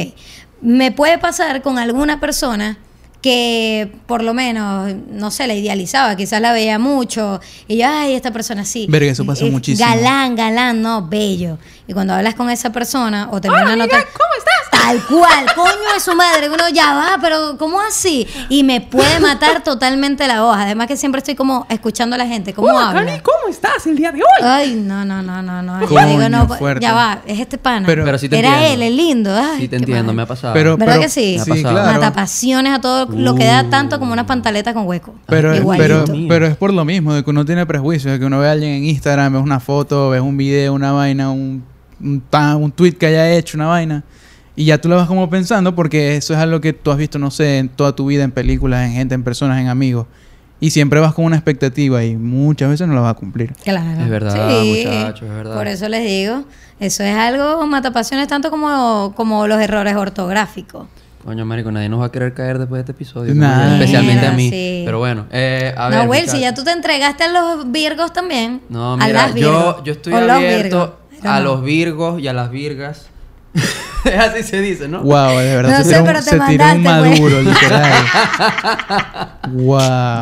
Speaker 2: Me puede pasar con alguna persona que por lo menos, no sé, la idealizaba, quizás la veía mucho, y yo, ay, esta persona sí.
Speaker 4: Verga, eso pasa
Speaker 2: Es
Speaker 4: muchísimo.
Speaker 2: Galán, galán, no, bello. Y cuando hablas con esa persona o te manda una nota. ¿Cómo estás? Tal cual, coño de su madre. Uno ya va, pero ¿cómo así? Y me puede matar totalmente la voz. Además que siempre estoy como escuchando a la gente. ¿Cómo habla?
Speaker 5: Uh, ¿cómo estás el día de hoy?
Speaker 2: Ay, no, no, no, no, no. Yo
Speaker 4: Coño,
Speaker 2: digo, no, pues,
Speaker 4: fuerte.
Speaker 2: ya va, es este pana.
Speaker 4: Pero-
Speaker 3: Pero sí te
Speaker 2: Era
Speaker 3: entiendo.
Speaker 2: él, el lindo. Ay,
Speaker 3: sí, te
Speaker 2: qué
Speaker 3: entiendo,
Speaker 2: mal.
Speaker 3: me ha pasado.
Speaker 4: Pero-
Speaker 2: ¿Verdad que sí?
Speaker 3: Me ha pasado.
Speaker 4: claro.
Speaker 2: Mata pasiones a todo lo que da tanto como unas pantaletas con hueco.
Speaker 4: Pero, eh,
Speaker 2: Igualito.
Speaker 4: pero, pero es por lo mismo, de que uno tiene prejuicios, de que uno ve a alguien en Instagram, ves una foto, ves un video, una vaina, un, un, ta- un tweet que haya hecho, una vaina. Y ya tú lo vas como pensando porque eso es algo que tú has visto, no sé, en toda tu vida, en películas, en gente, en personas, en amigos. Y siempre vas con una expectativa y muchas veces no la vas a cumplir.
Speaker 2: Claro.
Speaker 3: Es verdad, muchachos, es verdad.
Speaker 2: Por eso les digo, eso es algo, matapasiones, tanto como, como los errores ortográficos.
Speaker 3: Coño, marico, nadie nos va a querer caer después de este episodio.
Speaker 4: Nada.
Speaker 3: ¿no? Especialmente a
Speaker 2: Mierda,
Speaker 3: mí.
Speaker 2: sí.
Speaker 3: Pero bueno, eh, a ver.
Speaker 2: no, Will, si
Speaker 3: muchachos.
Speaker 2: ya tú te entregaste a los virgos también.
Speaker 3: No,
Speaker 2: a
Speaker 3: mira, yo,
Speaker 2: las Virgo,
Speaker 3: yo estoy
Speaker 2: o los
Speaker 3: abierto
Speaker 2: Virgo.
Speaker 3: a
Speaker 2: No.
Speaker 3: los virgos y a las virgas. *laughs* Así se dice, ¿no?
Speaker 4: Wow, de verdad.
Speaker 2: No
Speaker 4: se
Speaker 2: sé,
Speaker 4: tiró un-
Speaker 2: pero te
Speaker 4: se tiró un
Speaker 2: mandaste, pues. güey.
Speaker 4: maduro, literal.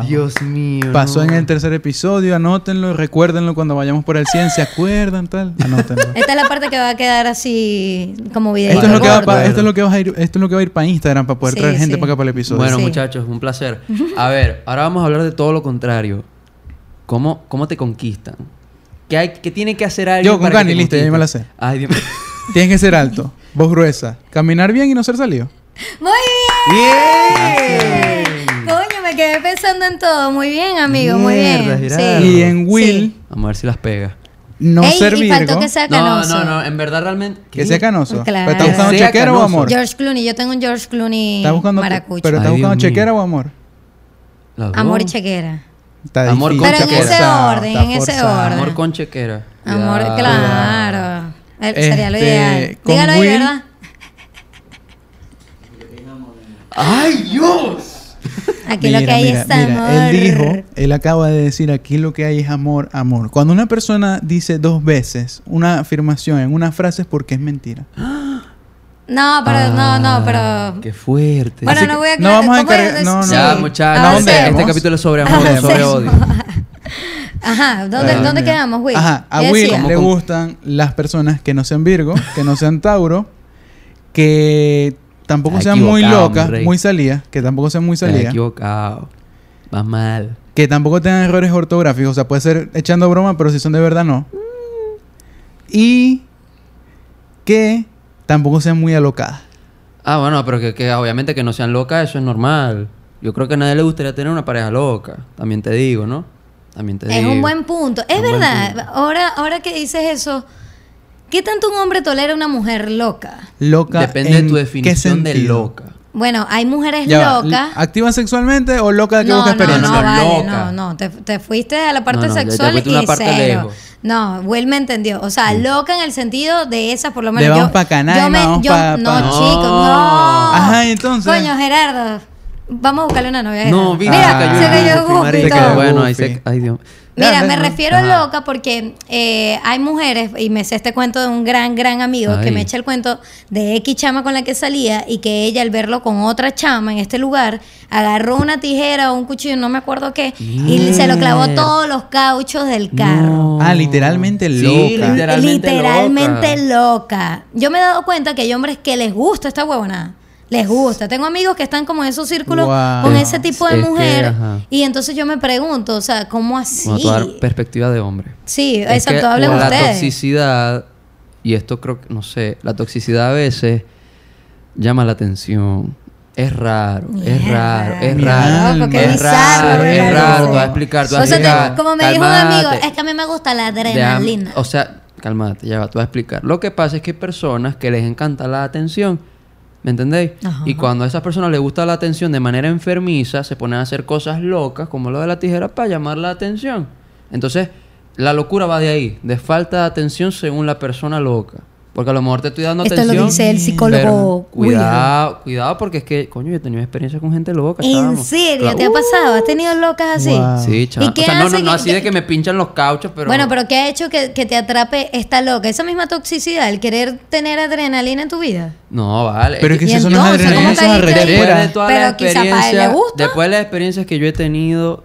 Speaker 3: *laughs*
Speaker 4: wow.
Speaker 3: Dios mío.
Speaker 4: Pasó
Speaker 3: no.
Speaker 4: en el tercer episodio, anótenlo, recuérdenlo cuando vayamos por el 100, ¿se acuerdan tal?
Speaker 2: *laughs*
Speaker 4: Anótenlo.
Speaker 2: Esta es la parte que va a quedar así como video.
Speaker 4: Esto es, lo que va
Speaker 3: gordo.
Speaker 4: pa- esto es lo que vas a ir, esto es lo que va a ir para Instagram para poder
Speaker 2: Sí,
Speaker 4: traer gente
Speaker 2: sí.
Speaker 4: para acá para el episodio.
Speaker 3: Bueno,
Speaker 2: Sí.
Speaker 3: muchachos, un
Speaker 2: *laughs*
Speaker 3: placer. A ver, ahora vamos a hablar de todo lo contrario. ¿Cómo, cómo te conquistan? ¿Qué, hay, ¿Qué tiene que hacer alguien
Speaker 4: Yo, con
Speaker 3: para que
Speaker 4: Cani,
Speaker 3: te
Speaker 4: listo, ya
Speaker 3: conquisten?
Speaker 4: me la sé.
Speaker 3: Ay,
Speaker 4: *laughs*
Speaker 3: Dios mío.
Speaker 4: Tienes que ser alto, voz gruesa, caminar bien y no ser salido.
Speaker 2: Muy
Speaker 3: ¡Bien!
Speaker 2: bien. *laughs* Coño, me quedé pensando en todo. Muy bien, amigo, muy
Speaker 3: Mierda,
Speaker 2: bien.
Speaker 3: Gerardo.
Speaker 4: Y en Will,
Speaker 2: Sí.
Speaker 3: Vamos a ver si las pega.
Speaker 4: no
Speaker 2: Ey,
Speaker 4: ser
Speaker 2: y faltó
Speaker 4: virgo,
Speaker 2: que
Speaker 4: que,
Speaker 2: sea
Speaker 3: No,
Speaker 2: canoso.
Speaker 3: no, no, en verdad realmente. ¿Qué?
Speaker 4: sea canoso.
Speaker 2: Claro.
Speaker 4: ¿Pero estás
Speaker 2: Que
Speaker 4: buscando
Speaker 3: sea
Speaker 4: chequera o
Speaker 3: canoso.
Speaker 4: amor?
Speaker 2: George Clooney, yo tengo un George Clooney
Speaker 4: ¿Estás buscando,
Speaker 2: maracucho.
Speaker 4: ¿Pero estás
Speaker 3: Ay,
Speaker 4: buscando
Speaker 3: Dios mío.
Speaker 4: chequera o amor?
Speaker 3: Las dos.
Speaker 2: Amor y chequera.
Speaker 4: Está
Speaker 3: Amor
Speaker 4: difícil,
Speaker 3: con Pero
Speaker 4: está
Speaker 3: en ese
Speaker 4: forzado,
Speaker 2: orden,
Speaker 4: está
Speaker 2: en ese
Speaker 4: forzado.
Speaker 2: orden.
Speaker 3: Amor con chequera.
Speaker 2: Amor,
Speaker 3: Ya.
Speaker 2: claro. El- sería lo
Speaker 4: Este,
Speaker 2: ideal.
Speaker 4: con
Speaker 2: Dígalo ahí,
Speaker 4: Will-
Speaker 2: ¿verdad?
Speaker 3: ¡Ay, Dios!
Speaker 2: Aquí
Speaker 4: Mira,
Speaker 2: lo que hay
Speaker 4: mira,
Speaker 2: es amor.
Speaker 4: mira, Él dijo, él acaba de decir, aquí lo que hay es amor, amor. Cuando una persona dice dos veces una afirmación en una frase es porque es mentira.
Speaker 2: No, pero no, no,
Speaker 3: Ah,
Speaker 2: pero.
Speaker 3: Qué fuerte.
Speaker 2: Bueno,
Speaker 4: Así
Speaker 2: no
Speaker 4: que
Speaker 2: voy a
Speaker 4: no vamos a
Speaker 2: ¿cómo es? Ah,
Speaker 4: encargar- no, no.
Speaker 3: ya,
Speaker 2: Sí.
Speaker 3: muchachos.
Speaker 2: Avancemos.
Speaker 3: este capítulo es sobre amor, no
Speaker 4: Avancemos.
Speaker 3: sobre odio.
Speaker 2: Ajá, ¿dónde,
Speaker 4: Ay, Dios
Speaker 2: ¿dónde
Speaker 4: mío.
Speaker 2: quedamos, Will?
Speaker 4: Ah, Ajá, a
Speaker 2: ¿Qué
Speaker 4: Will
Speaker 2: decía?
Speaker 4: le
Speaker 3: con-
Speaker 4: gustan las personas que no sean Virgo, que no sean Tauro, que tampoco
Speaker 3: Está
Speaker 4: sean muy
Speaker 3: equivocado,
Speaker 4: locas,
Speaker 3: mi rey.
Speaker 4: muy salidas, que tampoco sean muy
Speaker 3: Te has
Speaker 4: salidas,
Speaker 3: equivocado. Vas mal.
Speaker 4: que tampoco tengan errores ortográficos, o sea, puede ser echando broma, pero si son de verdad
Speaker 2: Mm.
Speaker 4: no. Y que tampoco sean muy alocadas.
Speaker 3: Ah, bueno, pero que, que obviamente que no sean locas, eso es normal. Yo creo que a nadie le gustaría tener una pareja loca. También te digo, ¿no? También te
Speaker 2: Es
Speaker 3: digo.
Speaker 2: un buen punto. Es
Speaker 3: Un buen
Speaker 2: verdad.
Speaker 3: punto.
Speaker 2: Ahora, ahora que dices eso, ¿qué tanto un hombre tolera a una mujer loca?
Speaker 4: Loca
Speaker 3: Depende
Speaker 4: ¿en
Speaker 3: de tu
Speaker 4: qué
Speaker 3: definición de
Speaker 4: sentido?
Speaker 3: loca.
Speaker 2: Bueno, hay mujeres
Speaker 4: Ya va,
Speaker 2: locas.
Speaker 4: ¿Activa sexualmente o loca que
Speaker 2: No,
Speaker 4: busca
Speaker 2: no, no,
Speaker 4: experiencia?
Speaker 3: Loca.
Speaker 2: vale, no, no, te, te fuiste a la parte
Speaker 3: No, no, ya- ya
Speaker 2: sexual
Speaker 3: fuiste
Speaker 2: y
Speaker 3: una parte
Speaker 2: cero.
Speaker 3: lejos.
Speaker 2: No, Will me entendió. O sea, loca en el sentido de esas, por lo menos.
Speaker 4: De
Speaker 2: yo-
Speaker 4: vamos pa' Canaima,
Speaker 2: yo me-
Speaker 4: vamos
Speaker 2: yo-
Speaker 4: pa-
Speaker 2: No,
Speaker 4: pa-
Speaker 2: chicos,
Speaker 3: No.
Speaker 2: no.
Speaker 4: Ajá, ¿y entonces?
Speaker 2: Coño, Gerardo. Vamos a buscarle una novia. a
Speaker 3: No,
Speaker 2: Gerardo.
Speaker 3: viste,
Speaker 2: Mira,
Speaker 4: se cayó
Speaker 2: se
Speaker 4: en
Speaker 2: cayó
Speaker 4: Goofy,
Speaker 2: Goofy
Speaker 4: marica,
Speaker 2: y
Speaker 4: se
Speaker 2: todo.
Speaker 4: cayó
Speaker 3: bueno,
Speaker 4: Goofy.
Speaker 3: ahí se... Ay, Dios.
Speaker 2: Mira,
Speaker 4: Ya,
Speaker 2: me
Speaker 4: ¿no?
Speaker 2: refiero
Speaker 3: Ajá.
Speaker 2: loca porque eh, hay mujeres, y me sé este cuento de un gran, gran amigo
Speaker 3: Ay.
Speaker 2: que me echa el cuento de X chama con la que salía y que ella al verlo con otra chama en este lugar, agarró una tijera o un cuchillo, no me acuerdo qué, y se lo clavó
Speaker 3: Mierda.
Speaker 2: todos los cauchos del carro.
Speaker 4: Ah, literalmente
Speaker 3: Sí,
Speaker 4: loca.
Speaker 3: literalmente,
Speaker 2: Literalmente
Speaker 3: loca.
Speaker 2: loca. Yo me he dado cuenta que hay hombres que les gusta esta huevonada. Les gusta. Tengo amigos que están como en esos círculos
Speaker 4: Wow.
Speaker 2: con ese tipo de
Speaker 3: Es que,
Speaker 2: mujer.
Speaker 3: ajá.
Speaker 2: y entonces yo me pregunto, o sea, ¿cómo así?
Speaker 3: Bueno, tú vas a dar perspectiva de hombre.
Speaker 2: Sí,
Speaker 3: Es que
Speaker 2: exacto, hablen
Speaker 3: la
Speaker 2: ustedes.
Speaker 3: toxicidad, y esto creo que, no sé, la toxicidad a veces llama la atención. Es raro, es
Speaker 2: Mierda.
Speaker 3: raro, es
Speaker 4: Mi
Speaker 3: raro.
Speaker 4: alma. Qué
Speaker 3: es
Speaker 2: bizarro,
Speaker 3: raro, es
Speaker 2: Ricardo.
Speaker 3: raro. Te voy a explicar. Tú vas
Speaker 2: O
Speaker 3: a
Speaker 2: sea,
Speaker 3: explicar.
Speaker 2: te- como me dijo un amigo,
Speaker 3: Cálmate.
Speaker 2: es que a mí me gusta la
Speaker 3: Déjame-
Speaker 2: adrenalina.
Speaker 3: o sea, cálmate, ya va, te voy a explicar. Lo que pasa es que hay personas que les encanta la atención. ¿Me entendéis?
Speaker 2: Ajá.
Speaker 3: Y cuando a esas personas les gusta la atención de manera enfermiza, se ponen a hacer cosas locas, como lo de la tijera, para llamar la atención. Entonces, la locura va de ahí, de falta de atención según la persona loca. Porque a lo mejor te estoy dando
Speaker 2: Esto lo
Speaker 3: atención.
Speaker 2: dice el psicólogo
Speaker 3: pero
Speaker 2: William.
Speaker 3: Cuidado, cuidado, porque es que, coño, yo he tenido experiencia con gente loca.
Speaker 2: ¿En
Speaker 3: chamo.
Speaker 2: serio?
Speaker 3: Claro.
Speaker 2: ¿Te ha pasado? ¿Has tenido locas así?
Speaker 4: Wow.
Speaker 3: Sí, chaval.
Speaker 2: ¿Y qué
Speaker 3: O sea, no, no,
Speaker 2: hace
Speaker 3: no
Speaker 2: que-
Speaker 3: así de que me pinchan los cauchos, pero.
Speaker 2: bueno, pero ¿qué ha hecho que, que te atrape esta loca? Esa misma toxicidad, el querer tener adrenalina en tu vida.
Speaker 3: No, vale.
Speaker 4: Pero es que
Speaker 2: Y
Speaker 4: eso son las
Speaker 2: entonces, ¿cómo
Speaker 4: adrenalinas,
Speaker 2: te
Speaker 4: esas
Speaker 2: diste
Speaker 3: Después
Speaker 2: ahí?
Speaker 3: de
Speaker 4: arrecheras.
Speaker 3: todas
Speaker 2: Pero
Speaker 3: las
Speaker 2: quizá para él le
Speaker 3: experiencias-
Speaker 2: gusta.
Speaker 3: Después de las experiencias que yo he tenido,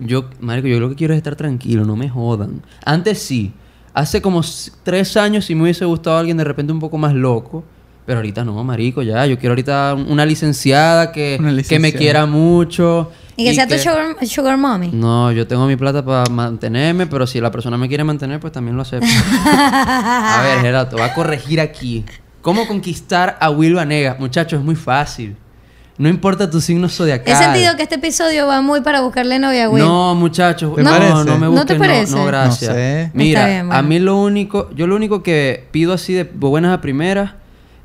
Speaker 3: yo, marico, yo lo que quiero es estar tranquilo, no me jodan. Antes sí. Hace como s- tres años sí me hubiese gustado alguien de repente un poco más loco. Pero ahorita no, marico, ya. Yo quiero ahorita un- una licenciada que,
Speaker 4: Una
Speaker 3: que me
Speaker 4: licenciada.
Speaker 3: quiera mucho.
Speaker 2: Y que sea tu sugar, sugar mommy.
Speaker 3: No, yo tengo mi plata para mantenerme, pero si la persona me quiere mantener, pues también lo acepto. a ver, Gerardo, va a corregir aquí. ¿Cómo conquistar a Will Vanegas? Muchachos, es muy fácil. No importa tu signo zodiacal.
Speaker 2: He sentido que este episodio va muy para buscarle novia, güey.
Speaker 3: No, muchachos,
Speaker 4: ¿Te
Speaker 3: no,
Speaker 4: parece?
Speaker 3: no me
Speaker 2: ¿No te
Speaker 3: busquen, no,
Speaker 2: parece?
Speaker 3: no, gracias.
Speaker 4: No sé.
Speaker 3: Mira,
Speaker 2: Está bien, bueno.
Speaker 3: a mí lo único, yo lo único que pido así de buenas a primeras,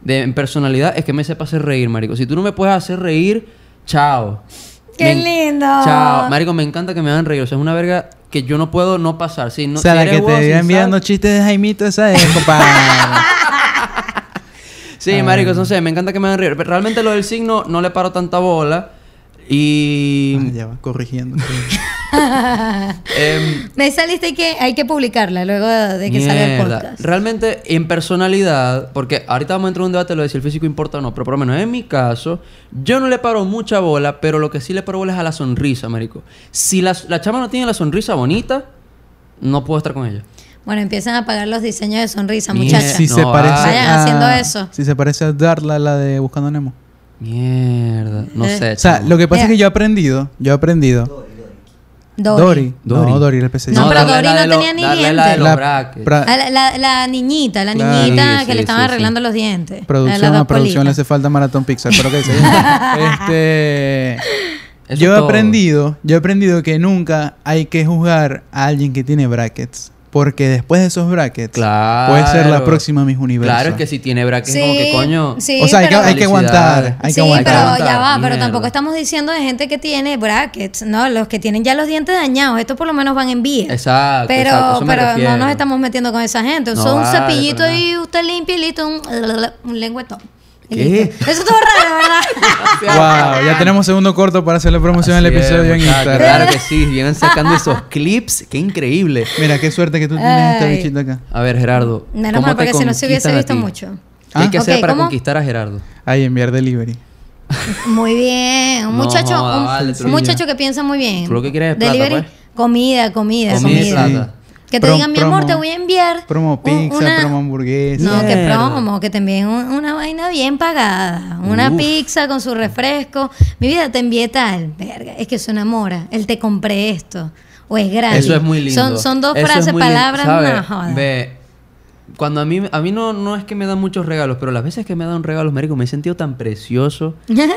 Speaker 3: de en personalidad, es que me sepa hacer reír, marico. Si tú no me puedes hacer reír, chao.
Speaker 2: ¡Qué
Speaker 3: en-
Speaker 2: lindo!
Speaker 3: Chao, marico, me encanta que me hagan reír. O sea, es una verga que yo no puedo no pasar. Si no,
Speaker 4: o sea,
Speaker 3: si
Speaker 4: la
Speaker 3: eres
Speaker 4: que
Speaker 3: huevo
Speaker 4: te
Speaker 3: sin
Speaker 4: iba
Speaker 3: sal-
Speaker 4: enviando chistes de Jaimito,
Speaker 3: *laughs*
Speaker 4: esa es, compadre.
Speaker 3: Sí,
Speaker 4: Ah.
Speaker 3: marico, no sé, me encanta que me hagan reír. Pero realmente lo del signo no le paro tanta bola. Y...
Speaker 4: Ah, ya va, corrigiendo.
Speaker 3: *laughs* em,
Speaker 2: Me saliste que hay que publicarla luego de que salga el
Speaker 3: Mierda.
Speaker 2: podcast.
Speaker 3: Realmente, en personalidad, porque ahorita vamos a entrar en un debate lo de si el físico importa o no, pero por lo menos en mi caso, yo no le paro mucha bola, pero lo que sí le paro bola es a la sonrisa, marico. Si la, la chama no tiene la sonrisa bonita, no puedo estar con ella.
Speaker 2: Bueno, empiezan a pagar los diseños de sonrisa,
Speaker 3: Mierda.
Speaker 2: muchachos.
Speaker 4: si
Speaker 3: Eh, No, ah.
Speaker 4: se
Speaker 3: vale.
Speaker 4: parece
Speaker 2: Vayan
Speaker 4: a-
Speaker 2: haciendo eso.
Speaker 4: Si se parece a Darla, la de Buscando a Nemo.
Speaker 3: Mierda. No
Speaker 2: Eh.
Speaker 3: sé.
Speaker 4: O sea,
Speaker 3: chamo.
Speaker 4: lo que pasa
Speaker 2: Mira.
Speaker 4: es que yo he aprendido, yo he aprendido.
Speaker 2: Dori.
Speaker 4: Dori.
Speaker 3: Dory.
Speaker 4: No, Dori era el pesadilla.
Speaker 2: No, pero
Speaker 3: darle
Speaker 2: Dory
Speaker 3: la
Speaker 2: no
Speaker 3: de lo-
Speaker 2: tenía ni
Speaker 3: darle la de
Speaker 2: dientes.
Speaker 3: los
Speaker 4: La
Speaker 3: brackets.
Speaker 4: pra-
Speaker 2: Ah, la, la- la niñita, la
Speaker 4: Claro.
Speaker 2: niñita
Speaker 3: Sí,
Speaker 2: que
Speaker 3: sí,
Speaker 2: le estaban
Speaker 3: sí,
Speaker 2: arreglando los dientes.
Speaker 4: Producción, a producción le hace falta Maratón Pixar, pero que
Speaker 2: *laughs*
Speaker 4: Este.
Speaker 3: Eso
Speaker 4: yo he
Speaker 3: es todo.
Speaker 4: aprendido, yo he aprendido que nunca hay que juzgar a alguien que tiene brackets. Porque después de esos brackets,
Speaker 3: Claro.
Speaker 4: puede ser la próxima Miss Universo.
Speaker 3: Claro, es que si tiene brackets, como que coño.
Speaker 2: Sí,
Speaker 4: o sea, hay que,
Speaker 2: pero-
Speaker 4: hay que aguantar. Hay
Speaker 2: sí,
Speaker 4: que aguantar.
Speaker 2: pero ya va,
Speaker 3: Mierda.
Speaker 2: pero tampoco estamos diciendo de gente que tiene brackets, ¿no? Los que tienen ya los dientes dañados, estos por lo menos van en vía.
Speaker 3: Exacto.
Speaker 2: Pero,
Speaker 3: exacto, a eso me
Speaker 2: pero
Speaker 3: refiero.
Speaker 2: no nos estamos metiendo con esa gente.
Speaker 3: No
Speaker 2: Son un
Speaker 3: vale,
Speaker 2: cepillito
Speaker 3: para
Speaker 2: y usted limpia y listo, un, un lengüetón. Y
Speaker 3: ¿Qué?
Speaker 2: listo. Eso estuvo raro, ¿verdad? *laughs*
Speaker 4: Wow, ya tenemos segundo corto para hacer la promoción del
Speaker 3: Así es,
Speaker 4: episodio en
Speaker 3: muchachos,
Speaker 4: Instagram.
Speaker 3: Claro que sí, vienen sacando
Speaker 4: *laughs*
Speaker 3: esos clips, qué increíble.
Speaker 4: Mira, qué suerte que tú tienes esta
Speaker 2: Ay.
Speaker 4: bichita acá.
Speaker 3: A ver, Gerardo.
Speaker 2: Menos
Speaker 3: ¿cómo
Speaker 2: mal,
Speaker 3: te
Speaker 2: porque si no se hubiese
Speaker 3: conquistan a
Speaker 2: visto
Speaker 3: ti?
Speaker 2: mucho.
Speaker 3: ¿Qué hay que
Speaker 2: Ah.
Speaker 3: hacer
Speaker 2: Ok,
Speaker 3: para
Speaker 2: ¿cómo?
Speaker 3: conquistar a Gerardo?
Speaker 4: Ahí, enviar delivery.
Speaker 2: Muy bien. Un
Speaker 3: No,
Speaker 2: muchacho, un,
Speaker 3: vale,
Speaker 2: un
Speaker 3: Trujillo.
Speaker 2: muchacho que piensa muy bien.
Speaker 3: Tú lo que quieres es plata,
Speaker 2: Delivery,
Speaker 3: pues.
Speaker 2: comida, comida,
Speaker 3: Comida y
Speaker 2: comida.
Speaker 3: plata.
Speaker 2: Que te
Speaker 4: Prom-
Speaker 2: digan, mi amor,
Speaker 4: promo-
Speaker 2: te voy a enviar. un-
Speaker 4: Promo pizza,
Speaker 2: una-
Speaker 4: promo hamburguesa.
Speaker 2: No, que
Speaker 3: Mierda.
Speaker 2: promo, que te envíen un- una vaina bien pagada. Una
Speaker 3: Uf.
Speaker 2: pizza con su refresco. Mi vida, te envié tal. Verga, es que se enamora. Él te compré esto. O es gratis.
Speaker 3: Eso es muy lindo.
Speaker 2: Son, son dos
Speaker 3: Eso es
Speaker 2: frases,
Speaker 3: muy lindo,
Speaker 2: palabras,
Speaker 3: ¿sabes?
Speaker 2: no joda.
Speaker 3: Ve, cuando a mí, a mí no, no es que me dan muchos regalos, pero las veces que me dan regalos, marico, me he sentido tan
Speaker 2: *laughs*
Speaker 3: precioso,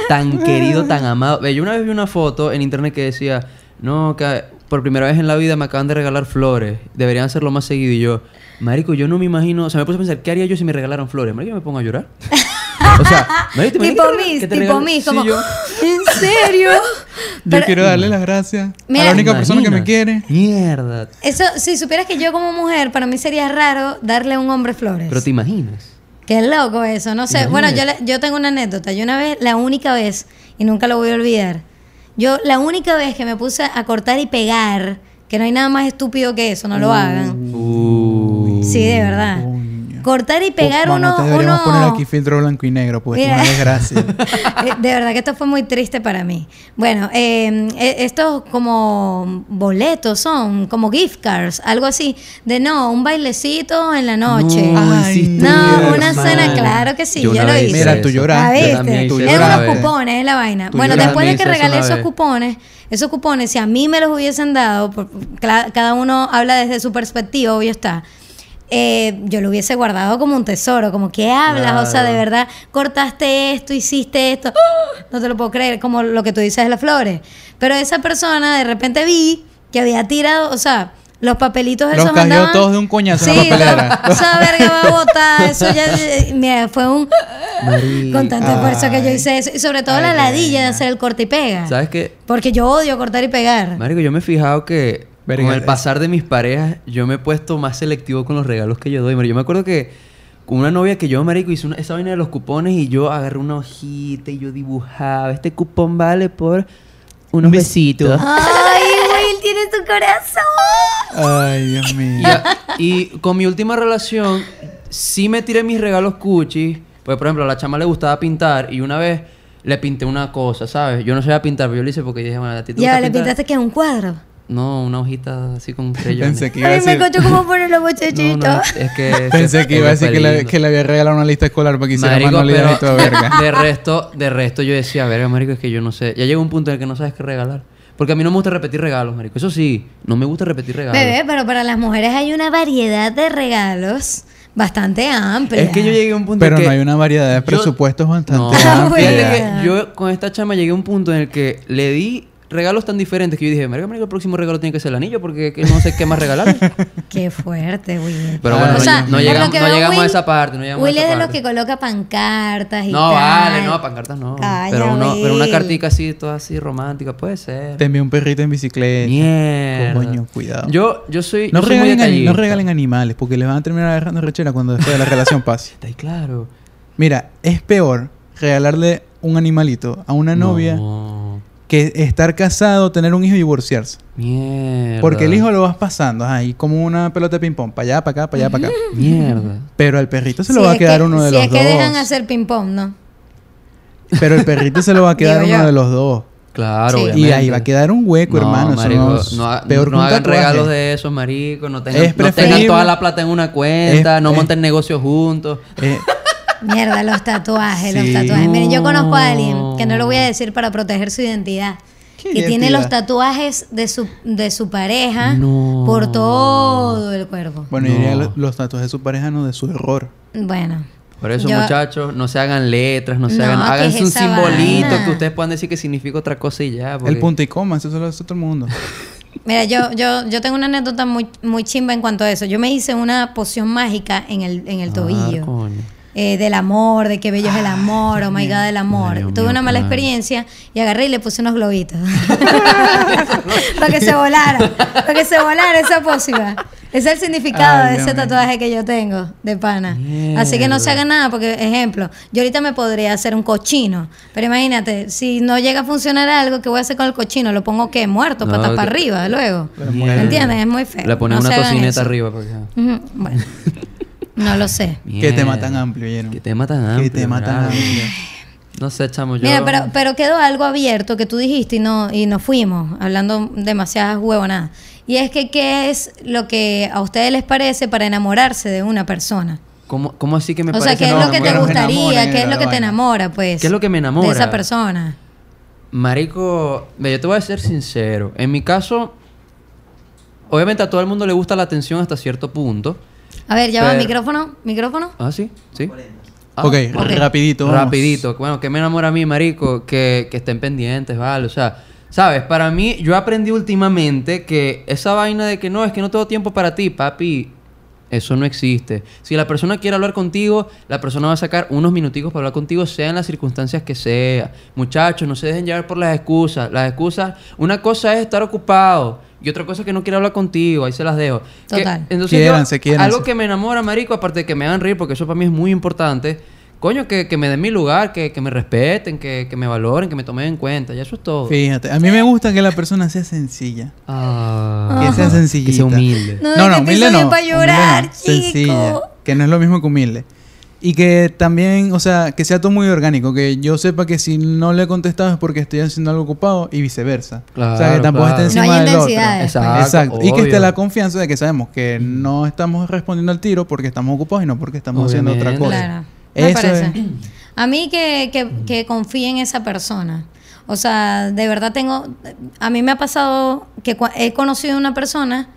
Speaker 3: tan querido, tan amado. Ve, yo una vez vi una foto en internet que decía, no, que por primera vez en la vida me acaban de regalar flores, deberían hacerlo más seguido. Y yo, marico, yo no me imagino, o sea, me puse a pensar, ¿qué haría yo si me regalaran flores? Marico, yo me pongo a
Speaker 2: *laughs*
Speaker 3: llorar. o sea, marico, ¿te
Speaker 2: Ah, Tipo
Speaker 3: imaginas que te
Speaker 2: mis,
Speaker 3: regal- que te
Speaker 2: tipo
Speaker 3: regalen-
Speaker 2: mis,
Speaker 3: Sí,
Speaker 2: como,
Speaker 3: yo-
Speaker 2: ¿en serio?
Speaker 4: Yo
Speaker 2: Pero-
Speaker 4: quiero darle las gracias
Speaker 2: Mira.
Speaker 4: a la única
Speaker 3: ¿Te
Speaker 4: persona que me
Speaker 3: imaginas?
Speaker 4: quiere.
Speaker 3: Mierda.
Speaker 2: Eso, si supieras que yo como mujer, para mí sería raro darle a un hombre flores.
Speaker 3: Pero te imaginas.
Speaker 2: Qué loco eso, no sé. Bueno, yo, le- yo tengo una anécdota. Yo una vez, la única vez, y nunca lo voy a olvidar, yo la única vez que me puse a cortar y pegar, que no hay nada más estúpido que eso, no lo hagan. Sí, de verdad.
Speaker 4: Coño.
Speaker 2: Cortar y pegar
Speaker 4: Oh, Mano,
Speaker 2: uno...
Speaker 4: te deberíamos
Speaker 2: uno-
Speaker 4: poner aquí filtro blanco y negro, pues.
Speaker 2: Mira.
Speaker 4: Una desgracia.
Speaker 2: *laughs* Eh, De verdad que esto fue muy triste para mí. Bueno, eh, eh, estos como boletos son, como gift cards, algo así, de no, un bailecito en la noche.
Speaker 4: No, hiciste
Speaker 2: No,
Speaker 4: eso,
Speaker 2: una cena,
Speaker 4: man.
Speaker 2: claro que sí, yo,
Speaker 3: Yo una
Speaker 2: lo
Speaker 3: vez
Speaker 2: hice.
Speaker 3: hice
Speaker 4: Mira, tú
Speaker 3: eso.
Speaker 4: lloraste.
Speaker 3: Yo
Speaker 2: Ah,
Speaker 3: también
Speaker 2: ¿viste?
Speaker 4: Tú
Speaker 3: hice
Speaker 2: Es
Speaker 3: eso una
Speaker 2: unos
Speaker 3: vez.
Speaker 2: cupones, es la vaina.
Speaker 3: Tú
Speaker 2: bueno,
Speaker 3: lloraste.
Speaker 2: después de que
Speaker 3: También hice eso
Speaker 2: regalé
Speaker 3: una
Speaker 2: esos
Speaker 3: vez.
Speaker 2: cupones, esos cupones, si a mí me los hubiesen dado, por- cla- cada uno habla desde su perspectiva, obvio está. eh, yo lo hubiese guardado como un tesoro, como que hablas, o sea, de verdad, cortaste esto, hiciste esto, ¡Ah! no te lo puedo creer, como lo que tú dices de las flores. Pero esa persona de repente vi que había tirado, o sea, los papelitos
Speaker 4: Los
Speaker 2: esos
Speaker 4: cayó
Speaker 2: andaban-
Speaker 4: todos de un coñazo en la
Speaker 2: Sí,
Speaker 4: papelera.
Speaker 2: *laughs* o sea, verga va a botar, eso
Speaker 3: *laughs*
Speaker 2: ya, mira, fue un... Con tanto esfuerzo que yo
Speaker 4: Ay.
Speaker 2: hice eso, y sobre todo
Speaker 4: Ay,
Speaker 2: la
Speaker 4: qué
Speaker 2: ladilla de
Speaker 4: vaina.
Speaker 2: hacer el corte y pega.
Speaker 3: ¿Sabes qué?
Speaker 2: Porque yo odio cortar y pegar.
Speaker 3: Marico, yo me he fijado que
Speaker 4: Verga,
Speaker 3: con el
Speaker 4: eh.
Speaker 3: pasar de mis parejas, yo me he puesto más selectivo con los regalos que yo doy. Marico, yo me acuerdo que con una novia que yo, marico, hice una- esa vaina de los cupones y yo agarré una hojita y yo dibujaba. Este cupón vale por unos
Speaker 4: Un besito.
Speaker 3: besitos.
Speaker 2: Ay, Will, tiene tu corazón.
Speaker 4: Ay, Dios mío.
Speaker 3: Y con mi última relación, sí me tiré mis regalos cuchi. Pues, por ejemplo, a la chama le gustaba pintar y una vez le pinté una cosa, ¿sabes? Yo no sabía pintar, pero yo lo hice porque dije, bueno, a ti te
Speaker 2: Ya,
Speaker 3: gusta
Speaker 2: le
Speaker 3: pintar?
Speaker 2: pintaste que es un cuadro.
Speaker 3: No, una hojita así
Speaker 4: *laughs*
Speaker 3: con creyones.
Speaker 4: Pensé que iba a
Speaker 2: Ay, me
Speaker 4: decir,
Speaker 2: encontró cómo poner los
Speaker 3: No,
Speaker 2: muchachitos.
Speaker 3: no, es
Speaker 4: *laughs*
Speaker 3: que...
Speaker 4: pensé que iba a decir que le, que le había regalado una lista escolar para que hiciera manualidades y toda *laughs* verga.
Speaker 3: *laughs* De resto, de resto yo decía, verga, marico, es que yo no sé. Ya llega un punto en el que no sabes qué regalar. Porque a mí no me gusta repetir regalos, marico. Eso sí, no me gusta repetir regalos.
Speaker 2: Bebé, pero para las mujeres hay una variedad de regalos bastante amplia.
Speaker 3: es que yo llegué a un punto
Speaker 4: Pero
Speaker 3: en que...
Speaker 4: no hay una variedad de presupuestos
Speaker 3: No.
Speaker 4: bastante
Speaker 2: Ah, bueno. *laughs*
Speaker 4: amplia.
Speaker 3: Fíjate que yo con esta chama llegué a un punto en el que le di regalos tan diferentes que yo dije, marico, marico, el próximo regalo tiene que ser el anillo porque que no sé qué más
Speaker 2: *laughs*
Speaker 3: regalar.
Speaker 2: Qué fuerte, Will.
Speaker 3: Pero
Speaker 4: bueno, no- no
Speaker 2: por
Speaker 3: llegamos-
Speaker 2: lo que
Speaker 3: no
Speaker 2: veo,
Speaker 3: llegamos a esa parte, no llegamos a
Speaker 2: Will
Speaker 3: esa
Speaker 2: es de los
Speaker 3: parte.
Speaker 2: que coloca pancartas y
Speaker 3: No,
Speaker 2: tal.
Speaker 3: vale, no, pancartas no.
Speaker 2: Calla,
Speaker 3: pero, uno- pero una
Speaker 2: Will.
Speaker 3: cartica así, toda así romántica, puede ser.
Speaker 4: Te envió un perrito en bicicleta.
Speaker 3: Mierda.
Speaker 4: Coño, cuidado.
Speaker 3: Yo, yo soy.
Speaker 4: no,
Speaker 3: yo soy muy
Speaker 4: regalen, ani- no
Speaker 3: detallista.
Speaker 4: regalen animales porque les van a terminar agarrando rechera cuando después de la relación pase.
Speaker 3: Está ahí claro.
Speaker 4: Mira, es peor regalarle un animalito a una novia
Speaker 3: No.
Speaker 4: que estar casado, tener un hijo y divorciarse.
Speaker 3: Mierda.
Speaker 4: Porque el hijo lo vas pasando ahí como una pelota de ping-pong, para allá, para acá, para allá, para acá.
Speaker 3: Mierda.
Speaker 4: Pero al perrito se
Speaker 2: Si
Speaker 4: lo va a
Speaker 2: es
Speaker 4: quedar
Speaker 2: que-
Speaker 4: uno de
Speaker 2: si
Speaker 4: los
Speaker 2: es
Speaker 4: dos.
Speaker 2: que dejan hacer ping-pong, ¿no?
Speaker 4: Pero el perrito se lo
Speaker 2: *laughs*
Speaker 4: va a quedar
Speaker 2: Digo
Speaker 4: uno
Speaker 2: yo.
Speaker 4: de los dos.
Speaker 3: Claro,
Speaker 2: Sí.
Speaker 3: obviamente.
Speaker 4: Y ahí va a quedar un hueco,
Speaker 3: No,
Speaker 4: hermano. Eso
Speaker 3: marico,
Speaker 4: no es
Speaker 3: no, ha-
Speaker 4: peor que
Speaker 3: no
Speaker 4: un
Speaker 3: hagan
Speaker 4: tatuaje.
Speaker 3: regalos de esos, marico. No tengan,
Speaker 4: Es
Speaker 3: no tengan
Speaker 4: preferible-
Speaker 3: toda la plata en una cuenta.
Speaker 4: Es-
Speaker 3: no
Speaker 4: es-
Speaker 3: monten negocios juntos.
Speaker 4: Eh,
Speaker 2: Mierda, los tatuajes, los
Speaker 4: Sí.
Speaker 2: tatuajes. Miren, yo conozco a alguien que no lo
Speaker 3: No.
Speaker 2: voy a decir para proteger su identidad.
Speaker 4: ¿Qué
Speaker 2: Que tiene
Speaker 4: identidad?
Speaker 2: los tatuajes de su, de su pareja
Speaker 3: No.
Speaker 2: por todo el cuerpo.
Speaker 4: bueno,
Speaker 3: No. Ah,
Speaker 4: yo diría los, los tatuajes de su pareja, no de su error.
Speaker 2: Bueno,
Speaker 3: Por eso,
Speaker 2: Yo-
Speaker 3: muchachos, no se hagan letras, no se
Speaker 2: No,
Speaker 3: hagan.
Speaker 2: ¿qué
Speaker 3: Háganse
Speaker 2: es
Speaker 3: un
Speaker 2: esa
Speaker 3: simbolito
Speaker 2: vaina?
Speaker 3: que ustedes puedan decir que significa otra cosa y ya. porque-
Speaker 4: El punto y coma, eso solo hace todo el mundo.
Speaker 2: mira, yo, yo, yo tengo una anécdota muy, muy chimba en cuanto a eso. Yo me hice una poción mágica en el, en el
Speaker 3: Ah,
Speaker 2: tobillo.
Speaker 3: coño.
Speaker 2: eh, del amor, de qué bello es el amor, oh my god, el amor.
Speaker 3: Ah, Dios
Speaker 2: Tuve
Speaker 3: mío,
Speaker 2: una mala
Speaker 3: claro.
Speaker 2: experiencia y agarré y le puse
Speaker 3: *laughs*
Speaker 2: unos globitos. para que se volara, para que se volara esa pócima. Ese es el significado
Speaker 4: Ay,
Speaker 2: de
Speaker 4: Dios
Speaker 2: ese
Speaker 4: mío.
Speaker 2: tatuaje que yo tengo de pana. Así que no se haga nada, porque, ejemplo, yo ahorita me podría hacer un cochino, pero imagínate, si no llega a funcionar algo, ¿qué voy a hacer con el cochino? ¿Lo pongo qué? Muerto,
Speaker 3: No,
Speaker 2: patas
Speaker 3: que-
Speaker 2: para arriba, luego.
Speaker 3: *laughs* Mierda.
Speaker 2: ¿Entiendes? Es muy feo.
Speaker 3: Le ponen
Speaker 2: No se
Speaker 3: una
Speaker 2: hagan
Speaker 3: tocineta
Speaker 2: eso.
Speaker 3: arriba. Porque...
Speaker 2: Ujú, Bueno, no lo sé.
Speaker 4: Qué tema tan amplio, ¿vieron?
Speaker 3: Que tema tan amplio.
Speaker 4: Qué tema tan
Speaker 3: ¿verdad?
Speaker 4: amplio.
Speaker 3: No sé, chamo, yo...
Speaker 2: Mira, pero, pero quedó algo abierto que tú dijiste y no, y nos fuimos, hablando demasiadas huevonadas. Y es que, ¿qué es lo que a ustedes les parece para enamorarse de una persona?
Speaker 3: ¿Cómo, cómo así que me
Speaker 2: o sea,
Speaker 3: parece?
Speaker 2: ¿qué es
Speaker 3: no,
Speaker 2: lo que te
Speaker 4: enamorarme?
Speaker 3: enamorarme?
Speaker 2: gustaría?
Speaker 4: Enamoran,
Speaker 2: ¿Qué es
Speaker 4: era
Speaker 2: lo que
Speaker 4: la
Speaker 2: te
Speaker 4: vaina.
Speaker 2: enamora, pues?
Speaker 3: ¿Qué es lo que me enamora?
Speaker 2: De esa persona.
Speaker 3: Marico, ve, yo te voy a ser sincero. En mi caso, obviamente a todo el mundo le gusta la atención hasta cierto punto.
Speaker 2: A ver, ya va,
Speaker 3: Pero-
Speaker 2: micrófono, micrófono.
Speaker 3: Ah, sí, sí. Ah,
Speaker 4: ok,
Speaker 2: ok.
Speaker 4: rapidito. vamos.
Speaker 3: Rapidito. Bueno, que me enamora a mí, marico, que, que estén pendientes, vale. O sea, sabes, para mí, yo aprendí últimamente que esa vaina de que no, es que no tengo tiempo para ti, papi. Eso no existe. Si la persona quiere hablar contigo, la persona va a sacar unos minuticos para hablar contigo, sea en las circunstancias que sea. Muchachos, no se dejen llevar por las excusas. Las excusas, una cosa es estar ocupado y otra cosa es que no quiere hablar contigo. Ahí se las dejo. Que-
Speaker 2: Total.
Speaker 3: entonces,
Speaker 4: Quiéranse,
Speaker 3: yo-
Speaker 4: quiéranse.
Speaker 3: Algo que me enamora, marico, aparte de que me hagan reír, porque eso para mí es muy importante. Coño, que, que me den mi lugar, que, que me respeten, que, que me valoren, que me tomen en cuenta. Ya eso es todo.
Speaker 4: Fíjate, a mí me gusta que la persona sea sencilla.
Speaker 3: Ah,
Speaker 4: Que sea sencillita.
Speaker 3: que sea humilde.
Speaker 2: No, es que te hizo bien pa' llorar, chico.
Speaker 4: Sencilla. Que no es lo mismo que humilde. Y que también, o sea, que sea todo muy orgánico. Que yo sepa que si no le he contestado es porque estoy haciendo algo ocupado y viceversa. o sea, que
Speaker 3: Claro,
Speaker 4: tampoco
Speaker 3: claro.
Speaker 4: esté encima
Speaker 2: No hay
Speaker 4: del otro.
Speaker 2: intensidades, pues.
Speaker 4: Exacto. Y que
Speaker 3: obvio. Mm.
Speaker 4: esté la confianza de que sabemos que no estamos respondiendo al tiro porque estamos ocupados y no porque estamos haciendo otra
Speaker 3: Obviamente.
Speaker 4: cosa.
Speaker 2: Claro, me
Speaker 4: Eso
Speaker 2: parece.
Speaker 4: es.
Speaker 2: A mí que, que, que confíe en esa persona. O sea, de verdad tengo... A mí me ha pasado que cua- he conocido una persona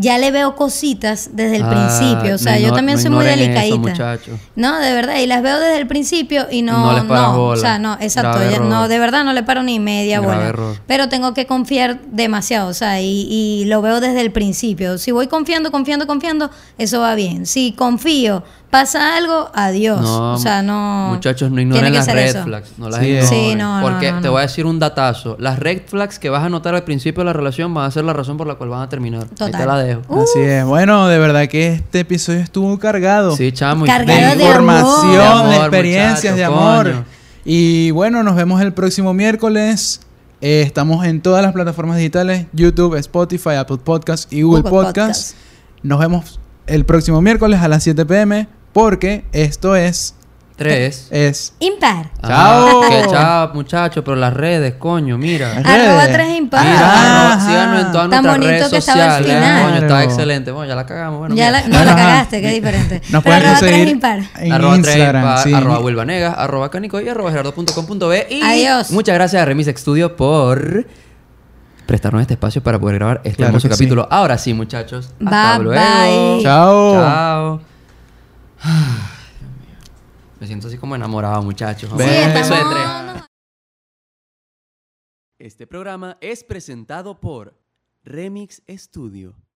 Speaker 2: ya le veo cositas desde el
Speaker 3: Ah,
Speaker 2: principio. O sea,
Speaker 3: no
Speaker 2: yo
Speaker 3: igno-
Speaker 2: también
Speaker 3: no
Speaker 2: soy muy
Speaker 3: ignoren eso,
Speaker 2: delicadita.
Speaker 3: muchachos.
Speaker 2: no, de verdad, y las veo desde el principio y no,
Speaker 3: No les paras
Speaker 2: o
Speaker 3: bola.
Speaker 2: sea, no, exacto,
Speaker 3: Grave
Speaker 2: ya-
Speaker 3: error.
Speaker 2: no, de verdad no le paro ni media
Speaker 3: Grave
Speaker 2: bola.
Speaker 3: error.
Speaker 2: Pero tengo que confiar demasiado, o sea, y, y lo veo desde el principio. Si voy confiando, confiando, confiando, eso va bien. Si confío, pasa algo, adiós. o sea, no.
Speaker 3: Muchachos, no
Speaker 2: tiene
Speaker 3: ignoren
Speaker 2: que
Speaker 3: las
Speaker 2: ser
Speaker 3: red
Speaker 2: eso.
Speaker 3: flags. No las
Speaker 4: Sí,
Speaker 3: ignoren.
Speaker 2: Sí, no, no,
Speaker 3: Porque
Speaker 2: no, no.
Speaker 3: te voy a decir un datazo. Las red flags que vas a notar al principio de la relación van a ser la razón por la cual van a terminar. Ahí te
Speaker 2: Total.
Speaker 3: la dejo.
Speaker 4: Así es. Bueno, de verdad que este episodio estuvo cargado.
Speaker 3: Sí, chamo. y-
Speaker 2: Cargado
Speaker 4: de
Speaker 2: de
Speaker 4: información, de,
Speaker 3: amor. De amor,
Speaker 4: experiencias, de
Speaker 3: muchacho,
Speaker 4: amor.
Speaker 3: coño.
Speaker 4: Y bueno, nos vemos el próximo miércoles. Eh, estamos en todas las plataformas digitales: YouTube, Spotify, Apple Podcasts y Google,
Speaker 2: Google
Speaker 4: Podcasts.
Speaker 2: Podcasts.
Speaker 4: Nos vemos el próximo miércoles a las 7 pm. Porque esto es.
Speaker 3: Tres.
Speaker 4: es
Speaker 2: Impar.
Speaker 3: Ajá,
Speaker 4: Chao.
Speaker 3: Que chao, muchachos. Pero las redes, coño, mira.
Speaker 4: Redes.
Speaker 2: Arroba tres
Speaker 3: Mira,
Speaker 2: impar.
Speaker 4: Ah,
Speaker 3: arroba- síganos en todas
Speaker 2: Tan
Speaker 3: nuestras
Speaker 2: bonito
Speaker 3: redes
Speaker 2: que estaba el
Speaker 3: sociales.
Speaker 2: final.
Speaker 3: Coño, estaba
Speaker 4: Claro.
Speaker 3: excelente. Bueno, ya la cagamos. Bueno,
Speaker 2: ya
Speaker 3: mira.
Speaker 2: la, no la
Speaker 4: Ajá.
Speaker 2: cagaste, qué diferente. Pero
Speaker 4: Nos pueden
Speaker 2: arroba tres
Speaker 4: conseguir
Speaker 2: impar.
Speaker 4: en
Speaker 3: arroba
Speaker 4: Instagram.
Speaker 3: Trepa,
Speaker 4: sí.
Speaker 3: arroba Wilvanegas, arroba Canico y arroba gerardo.com.be. Y
Speaker 2: Adiós.
Speaker 3: muchas gracias a Remix Studio por prestarnos este espacio para poder grabar este
Speaker 4: Claro
Speaker 3: hermoso
Speaker 4: que
Speaker 3: capítulo. Ahora sí, muchachos. Hasta
Speaker 2: Bye,
Speaker 3: luego.
Speaker 2: bye.
Speaker 4: Chao.
Speaker 3: Chao. *sighs* Me siento así como enamorado, muchachos. Vamos
Speaker 4: Sí,
Speaker 3: a un beso
Speaker 4: estamos-
Speaker 3: de tres.
Speaker 1: Este programa es presentado por Remix Studio.